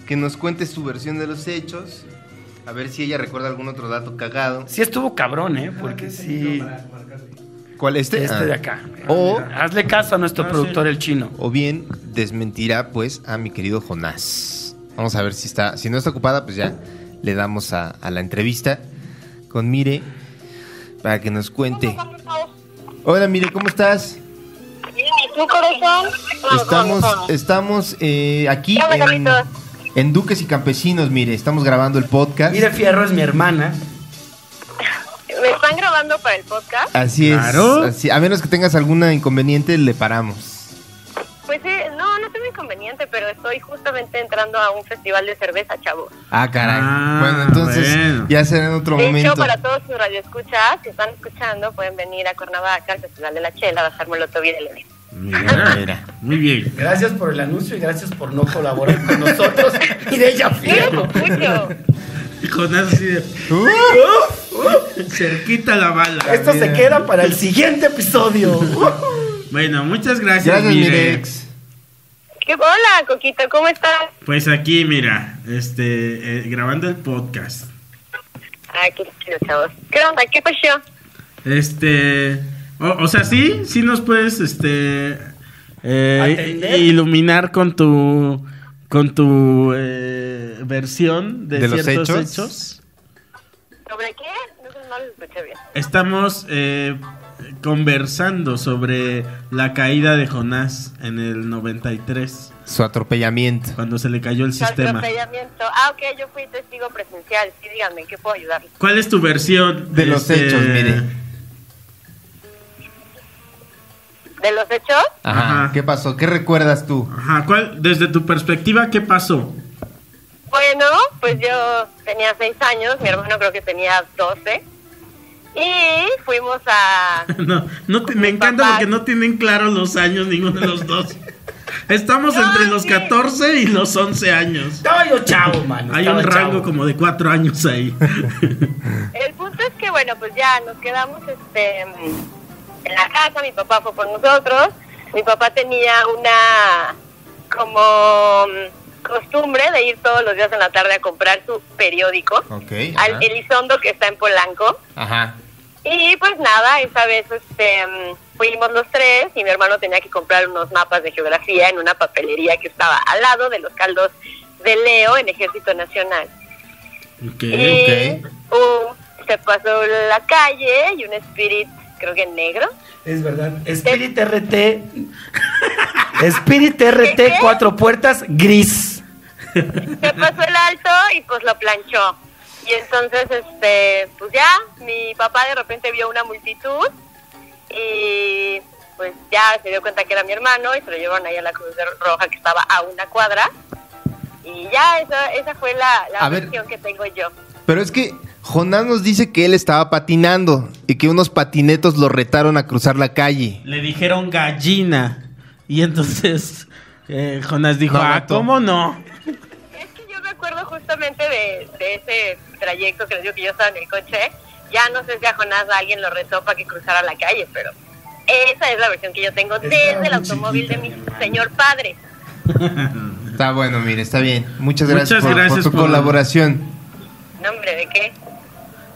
Speaker 1: Que nos cuente su versión de los hechos. A ver si ella recuerda algún otro dato cagado.
Speaker 3: Sí estuvo cabrón, ¿eh? Porque sí.
Speaker 1: ¿Cuál este?
Speaker 3: Este
Speaker 1: Ah.
Speaker 3: de acá.
Speaker 1: O,
Speaker 3: Hazle caso a nuestro
Speaker 2: Ah,
Speaker 3: productor, el chino.
Speaker 1: o bien desmentirá, pues, a mi querido Jonás. Vamos a ver si está. Si no está ocupada, pues ya le damos a, a la entrevista con Mire. Para que nos cuente. Hola, Mire, ¿cómo estás?
Speaker 6: Dime, ¿tu corazón? No,
Speaker 1: Estamos,
Speaker 6: corazón.
Speaker 1: estamos eh, aquí
Speaker 6: Hola,
Speaker 1: en,
Speaker 6: Carlitos.
Speaker 1: en Duques y Campesinos, mire, estamos grabando el podcast.
Speaker 3: Mire, Fierro es mi hermana.
Speaker 1: eh,
Speaker 6: ¿Me están grabando para el podcast?
Speaker 1: Así es.
Speaker 2: Claro.
Speaker 1: así- a menos que tengas alguna inconveniente, le paramos.
Speaker 6: Pues eh, no, no tengo inconveniente, pero estoy justamente entrando a un festival de cerveza, chavos.
Speaker 1: Ah, caray.
Speaker 2: Ah,
Speaker 1: bueno, entonces
Speaker 2: bueno.
Speaker 1: ya será en otro
Speaker 6: de
Speaker 1: momento.
Speaker 6: hecho, para todos sus radioescuchas que están escuchando, pueden venir a Cuernavaca al Festival de la Chela a bajar Molotov y LB.
Speaker 2: Mira, Muy bien.
Speaker 3: Gracias por el anuncio y gracias por no colaborar con nosotros. y de ella, Fierro.
Speaker 6: Mucho.
Speaker 2: Y Jonás así de...
Speaker 1: Uh,
Speaker 2: Cerquita la bala.
Speaker 3: Esto se queda para el siguiente episodio.
Speaker 2: Bueno, muchas gracias,
Speaker 1: Gracias,
Speaker 2: Mire.
Speaker 1: Mirex.
Speaker 6: ¿Qué, hola, Coquito, ¿cómo estás?
Speaker 2: Pues aquí, mira, este, eh, grabando el podcast.
Speaker 6: Ay, qué chido, chavos. ¿Qué onda? ¿Qué pasó?
Speaker 2: Este, o, o sea, sí, sí nos puedes, este, eh,
Speaker 3: Atender.
Speaker 2: iluminar con tu, con tu eh, versión de,
Speaker 1: ¿De los
Speaker 2: ciertos
Speaker 1: hechos?
Speaker 2: hechos?
Speaker 6: ¿Sobre qué? No, no lo escuché bien.
Speaker 2: Estamos eh, conversando sobre la caída de Jonás en el 93,
Speaker 1: Su atropellamiento.
Speaker 2: cuando se le cayó el
Speaker 6: Su
Speaker 2: sistema.
Speaker 6: Atropellamiento. Ah, ok, yo fui testigo presencial. Sí, díganme, ¿en qué puedo ayudarles?
Speaker 2: ¿Cuál es tu versión? este
Speaker 1: De los hechos, mire.
Speaker 6: ¿De los hechos?
Speaker 1: Ajá.
Speaker 2: Ajá.
Speaker 1: ¿Qué pasó? ¿Qué recuerdas tú?
Speaker 2: Ajá, ¿cuál, desde tu perspectiva, qué pasó?
Speaker 6: Bueno, pues yo tenía seis años, mi hermano creo que tenía 12. Y fuimos a.
Speaker 2: No, no te- me encanta
Speaker 6: Papá.
Speaker 2: porque no tienen claros los años ninguno de los dos. Estamos
Speaker 6: No,
Speaker 2: entre los
Speaker 6: sí.
Speaker 2: 14 y los 11 años.
Speaker 3: Estaba yo chavo, mano.
Speaker 2: Hay
Speaker 3: estaba
Speaker 2: un rango
Speaker 3: chavo.
Speaker 2: como de 4 años ahí.
Speaker 6: El punto es que, bueno, pues ya nos quedamos este, en la casa, mi papá fue por nosotros. Mi papá tenía una como mm, costumbre de ir todos los días en la tarde a comprar su periódico
Speaker 1: Ok.
Speaker 6: al Elizondo que está en Polanco.
Speaker 1: Ajá.
Speaker 6: Y pues nada, esa vez este, mm, fuimos los tres y mi hermano tenía que comprar unos mapas de geografía en una papelería que estaba al lado de los caldos de Leo en Ejército Nacional.
Speaker 3: Eh,
Speaker 2: Ok.
Speaker 6: Y uh, se pasó la calle y un spirit, creo que negro.
Speaker 3: Es verdad. Spirit RT. Spirit RT, cuatro puertas, gris.
Speaker 6: Se pasó el alto y pues lo planchó. Y entonces, este, pues ya, mi papá de repente vio una multitud y pues ya se dio cuenta que era mi hermano y se lo llevaron ahí a la Cruz de Roja que estaba a una cuadra. Y ya, esa, esa fue la, la
Speaker 1: A ver.
Speaker 6: versión que tengo yo.
Speaker 1: Pero es que Jonás nos dice que él estaba patinando y que unos patinetos lo retaron a cruzar la calle.
Speaker 2: Le dijeron gallina. Y entonces eh, Jonás dijo,
Speaker 1: No,
Speaker 2: ah,
Speaker 1: vato.
Speaker 2: ¿cómo no?
Speaker 6: Es que yo me acuerdo justamente de, de ese trayecto que les digo que yo estaba en el coche. Ya no sé si a Jonás alguien lo retó para que cruzara la calle, pero esa es la versión que yo tengo desde
Speaker 3: muy
Speaker 6: el automóvil de mi
Speaker 3: chiquita, mi hermano.
Speaker 6: señor padre.
Speaker 1: Está bueno, mire, está bien. Muchas gracias,
Speaker 2: Muchas
Speaker 1: por- por,
Speaker 2: gracias
Speaker 1: tu
Speaker 2: por-
Speaker 1: colaboración.
Speaker 6: No, hombre, ¿de qué?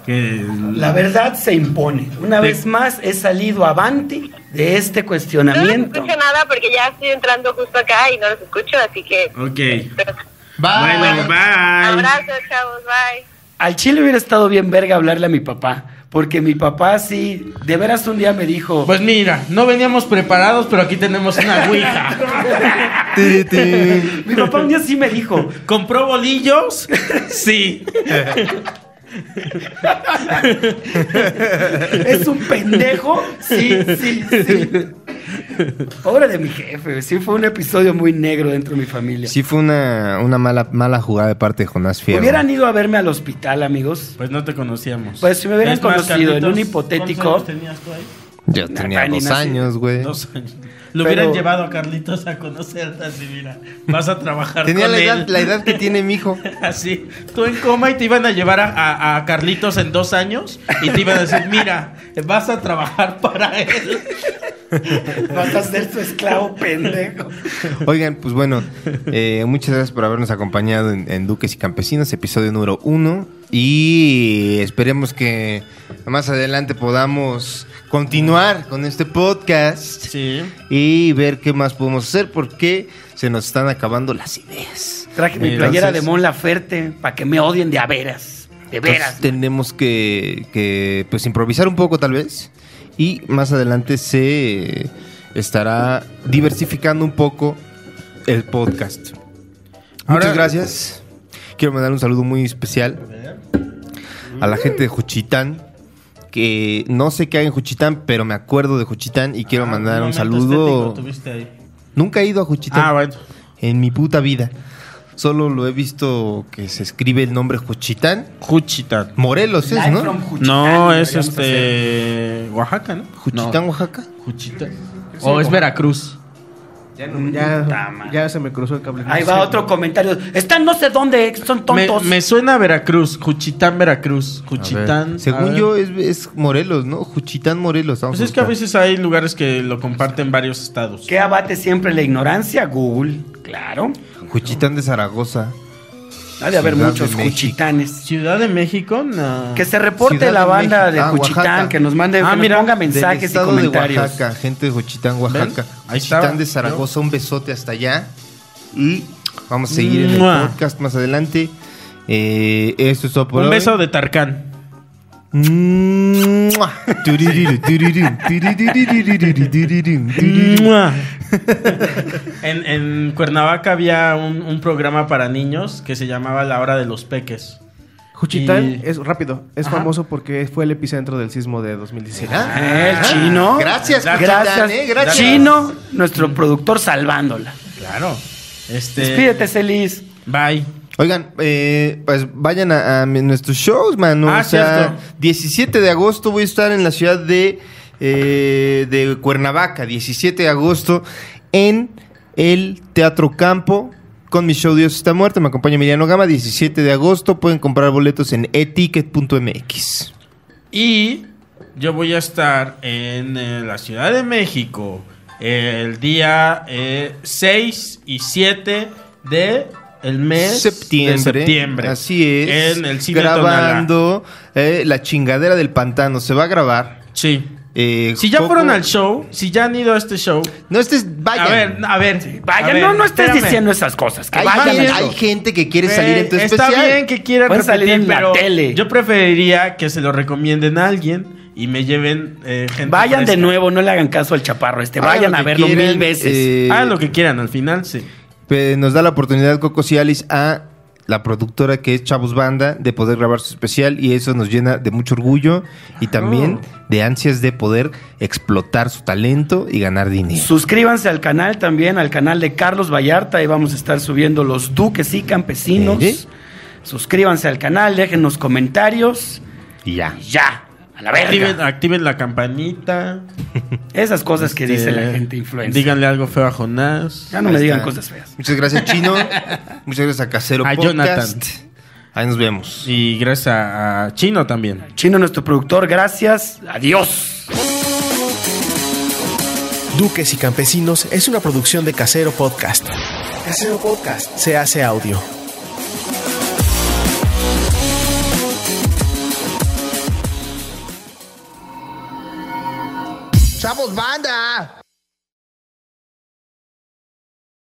Speaker 2: Que
Speaker 3: La verdad se impone. Una vez más he salido avante de este
Speaker 6: No les
Speaker 3: cuestionamiento.
Speaker 6: escucho nada porque ya estoy entrando justo acá y no los escucho, así que...
Speaker 2: Ok.
Speaker 6: pero-
Speaker 3: Ah,
Speaker 1: Bye.
Speaker 2: Bueno, bye.
Speaker 6: Abrazo, chavos, bye.
Speaker 3: Al chile hubiera estado bien verga hablarle a mi papá. Porque mi papá sí, de veras un día me dijo.
Speaker 2: Pues mira, no veníamos preparados, pero aquí tenemos una ouija.
Speaker 1: Ti, ti.
Speaker 3: mi papá un día sí me dijo.
Speaker 2: ¿Compró bolillos? Sí.
Speaker 3: Es un pendejo. Sí, sí, sí. Obra de mi jefe. Sí, fue un episodio muy negro dentro de mi familia.
Speaker 1: Sí fue una, una mala, mala jugada de parte de Jonás Fierro.
Speaker 3: Hubieran ido a verme al hospital, amigos.
Speaker 2: Pues no te conocíamos.
Speaker 3: Pues si me hubieran
Speaker 2: Es más,
Speaker 3: conocido en
Speaker 2: Carlitos,
Speaker 3: un hipotético-
Speaker 2: ¿cuántos años tenías tú ahí?
Speaker 1: Yo tenía
Speaker 3: Nah, ni
Speaker 1: dos
Speaker 3: nací.
Speaker 1: años, güey.
Speaker 2: Dos años. Lo hubieran
Speaker 3: Pero-
Speaker 2: llevado a Carlitos a conocerte así, mira. Vas a trabajar
Speaker 1: Tenía
Speaker 2: con
Speaker 1: la edad,
Speaker 2: él.
Speaker 1: la edad que tiene mi hijo.
Speaker 2: Así, tú en coma y te iban a llevar a, a- a Carlitos en dos años y te iban a decir, mira, vas a trabajar para él.
Speaker 3: Vas a ser su esclavo, pendejo.
Speaker 1: Oigan, pues bueno, eh, muchas gracias por habernos acompañado en, en Duques y Campesinos, episodio número uno. Y esperemos que más adelante podamos continuar con este podcast
Speaker 2: Sí.
Speaker 1: y ver qué más podemos hacer porque se nos están acabando las ideas.
Speaker 3: Traje mi
Speaker 1: Entonces-
Speaker 3: playera de Mon Laferte para que me odien de a veras. De
Speaker 1: Entonces,
Speaker 3: veras.
Speaker 1: Pues tenemos que, que, pues improvisar un poco tal vez y más adelante se eh, estará diversificando un poco el podcast.
Speaker 2: Ahora-
Speaker 1: Muchas gracias. Quiero mandar un saludo muy especial a la gente de Juchitán. Que no sé qué hay en Juchitán, pero me acuerdo de Juchitán y
Speaker 2: Ah,
Speaker 1: quiero mandar un saludo. Nunca he ido a Juchitán
Speaker 2: Ah, bueno.
Speaker 1: en mi puta vida. Solo lo he visto que se escribe el nombre Juchitán.
Speaker 2: Juchitán.
Speaker 1: Morelos es,
Speaker 3: Live
Speaker 1: ¿no?
Speaker 3: from Juchitán,
Speaker 2: No, es
Speaker 3: deberíamos hacer.
Speaker 2: este. Oaxaca, ¿no?
Speaker 1: Juchitán, Oaxaca.
Speaker 2: No, Juchitán. O es Veracruz.
Speaker 4: Ya, no- ya, ya se me cruzó el cable.
Speaker 3: Ahí va otro comentario. Están no sé dónde, eh, son
Speaker 2: Me,
Speaker 3: tontos.
Speaker 2: me suena a Veracruz. Juchitán, Veracruz.
Speaker 1: A ver,
Speaker 2: Juchitán. a
Speaker 1: Según
Speaker 2: ver.
Speaker 1: yo es, es Morelos, ¿no? Juchitán Morelos. vamos
Speaker 2: Pues es que a
Speaker 1: buscar.
Speaker 2: veces hay lugares que lo comparten varios estados.
Speaker 3: ¿Qué abate siempre la ignorancia? Google. Claro.
Speaker 1: Juchitán de Zaragoza.
Speaker 3: Ha de haber
Speaker 1: Ciudad de
Speaker 3: muchos
Speaker 1: México.
Speaker 3: cuchitanes.
Speaker 2: Ciudad de México, no.
Speaker 3: Que se reporte
Speaker 1: Ciudad
Speaker 3: la
Speaker 1: de
Speaker 3: banda
Speaker 1: México. Ah,
Speaker 3: de Cuchitán,
Speaker 1: Oaxaca.
Speaker 3: que nos mande,
Speaker 2: Ah,
Speaker 3: que nos
Speaker 2: mira,
Speaker 3: ponga
Speaker 1: Del
Speaker 3: mensajes y
Speaker 1: estado de
Speaker 3: comentarios.
Speaker 1: Oaxaca, gente de Juchitán, Oaxaca.
Speaker 2: Ahí
Speaker 1: Juchitán
Speaker 2: estaba,
Speaker 1: de Zaragoza, un besote hasta allá. Y vamos a seguir en
Speaker 2: Mua.
Speaker 1: el podcast más adelante. Eh, esto es todo por
Speaker 2: Un
Speaker 1: hoy.
Speaker 2: beso de Tarkan.
Speaker 1: Mua. Tuririru, tuririru, tuririru, tuririru, tuririru.
Speaker 2: en, en Cuernavaca había un, un programa para niños que se llamaba La Hora de los Peques.
Speaker 4: Juchitán
Speaker 2: Y-
Speaker 4: es rápido, es
Speaker 2: Ajá.
Speaker 4: famoso porque fue el epicentro del sismo de 2017.
Speaker 1: Ah,
Speaker 3: Eh, el chino.
Speaker 1: Gracias, Juchitán,
Speaker 3: Gracias,
Speaker 1: eh, gracias.
Speaker 3: Chino, nuestro productor salvándola.
Speaker 2: Claro. Este.
Speaker 3: Despídete, Celis.
Speaker 2: Bye.
Speaker 1: Oigan, eh, pues vayan a, a mi- nuestros shows, man. O
Speaker 2: Ah,
Speaker 1: sea,
Speaker 2: cierto.
Speaker 1: 17 de agosto voy a estar en la ciudad de, eh, de Cuernavaca, 17 de agosto, en el Teatro Campo. Con mi show Dios está muerto, me acompaña Emiliano Gama, 17 de agosto. Pueden comprar boletos en eticket.mx.
Speaker 2: Y yo voy a estar en eh, la Ciudad de México el día eh, 6 y 7 de el mes de septiembre.
Speaker 1: Así es.
Speaker 2: En el cine Tonalá.
Speaker 1: Grabando eh, La chingadera del pantano. Se va a grabar.
Speaker 2: Sí.
Speaker 1: eh,
Speaker 2: Si ya
Speaker 1: poco-
Speaker 2: fueron al show, si ya han ido a este show,
Speaker 1: No estés, vayan.
Speaker 2: a ver, a ver,
Speaker 3: Vaya,
Speaker 2: a ver,
Speaker 3: no, no estés
Speaker 2: espérame.
Speaker 3: diciendo esas cosas. Que
Speaker 1: Hay,
Speaker 3: vayan
Speaker 1: gente-
Speaker 3: al
Speaker 1: hay
Speaker 3: show.
Speaker 1: gente que quiere
Speaker 2: Güey,
Speaker 1: salir en tu
Speaker 2: está
Speaker 1: especial.
Speaker 2: bien que quieran
Speaker 3: Pueden salir
Speaker 2: repetir,
Speaker 3: en la
Speaker 2: pero
Speaker 3: tele.
Speaker 2: yo preferiría que se lo recomienden a alguien y me lleven eh, gente.
Speaker 3: Vayan de
Speaker 2: fresca.
Speaker 3: nuevo, no le hagan caso al chaparro este.
Speaker 1: Hagan
Speaker 3: Vayan
Speaker 1: lo
Speaker 3: a
Speaker 1: que
Speaker 3: verlo
Speaker 1: quieran,
Speaker 3: mil veces.
Speaker 1: eh,
Speaker 2: Hagan lo que quieran, al final sí.
Speaker 1: eh, nos da la oportunidad Coco Cialis a la productora que es Chavos Banda de poder grabar su especial y eso nos llena de mucho orgullo y también de ansias de poder explotar su talento y ganar dinero.
Speaker 3: Suscríbanse al canal también, al canal de Carlos Vallarta. Ahí vamos a estar subiendo los duques y campesinos.
Speaker 1: Ere.
Speaker 3: Suscríbanse al canal, déjenos comentarios.
Speaker 1: Y ya.
Speaker 3: Ya, a la
Speaker 2: Activen,
Speaker 3: verga.
Speaker 2: activen la campanita.
Speaker 3: Esas cosas que dice
Speaker 2: Este,
Speaker 3: la gente influencer.
Speaker 2: Díganle algo feo a Jonás.
Speaker 3: ya no
Speaker 1: Ahí
Speaker 3: me digan
Speaker 1: está.
Speaker 3: cosas feas.
Speaker 1: Muchas gracias Chino. Muchas gracias a Casero
Speaker 2: A
Speaker 1: Podcast.
Speaker 2: Jonathan.
Speaker 1: Ahí nos vemos.
Speaker 2: Y gracias a, a Chino también.
Speaker 3: Chino, nuestro productor, gracias. Adiós.
Speaker 5: Duques y Campesinos es una producción de Casero Podcast. Casero Podcast se hace audio.
Speaker 1: Chavos Banda.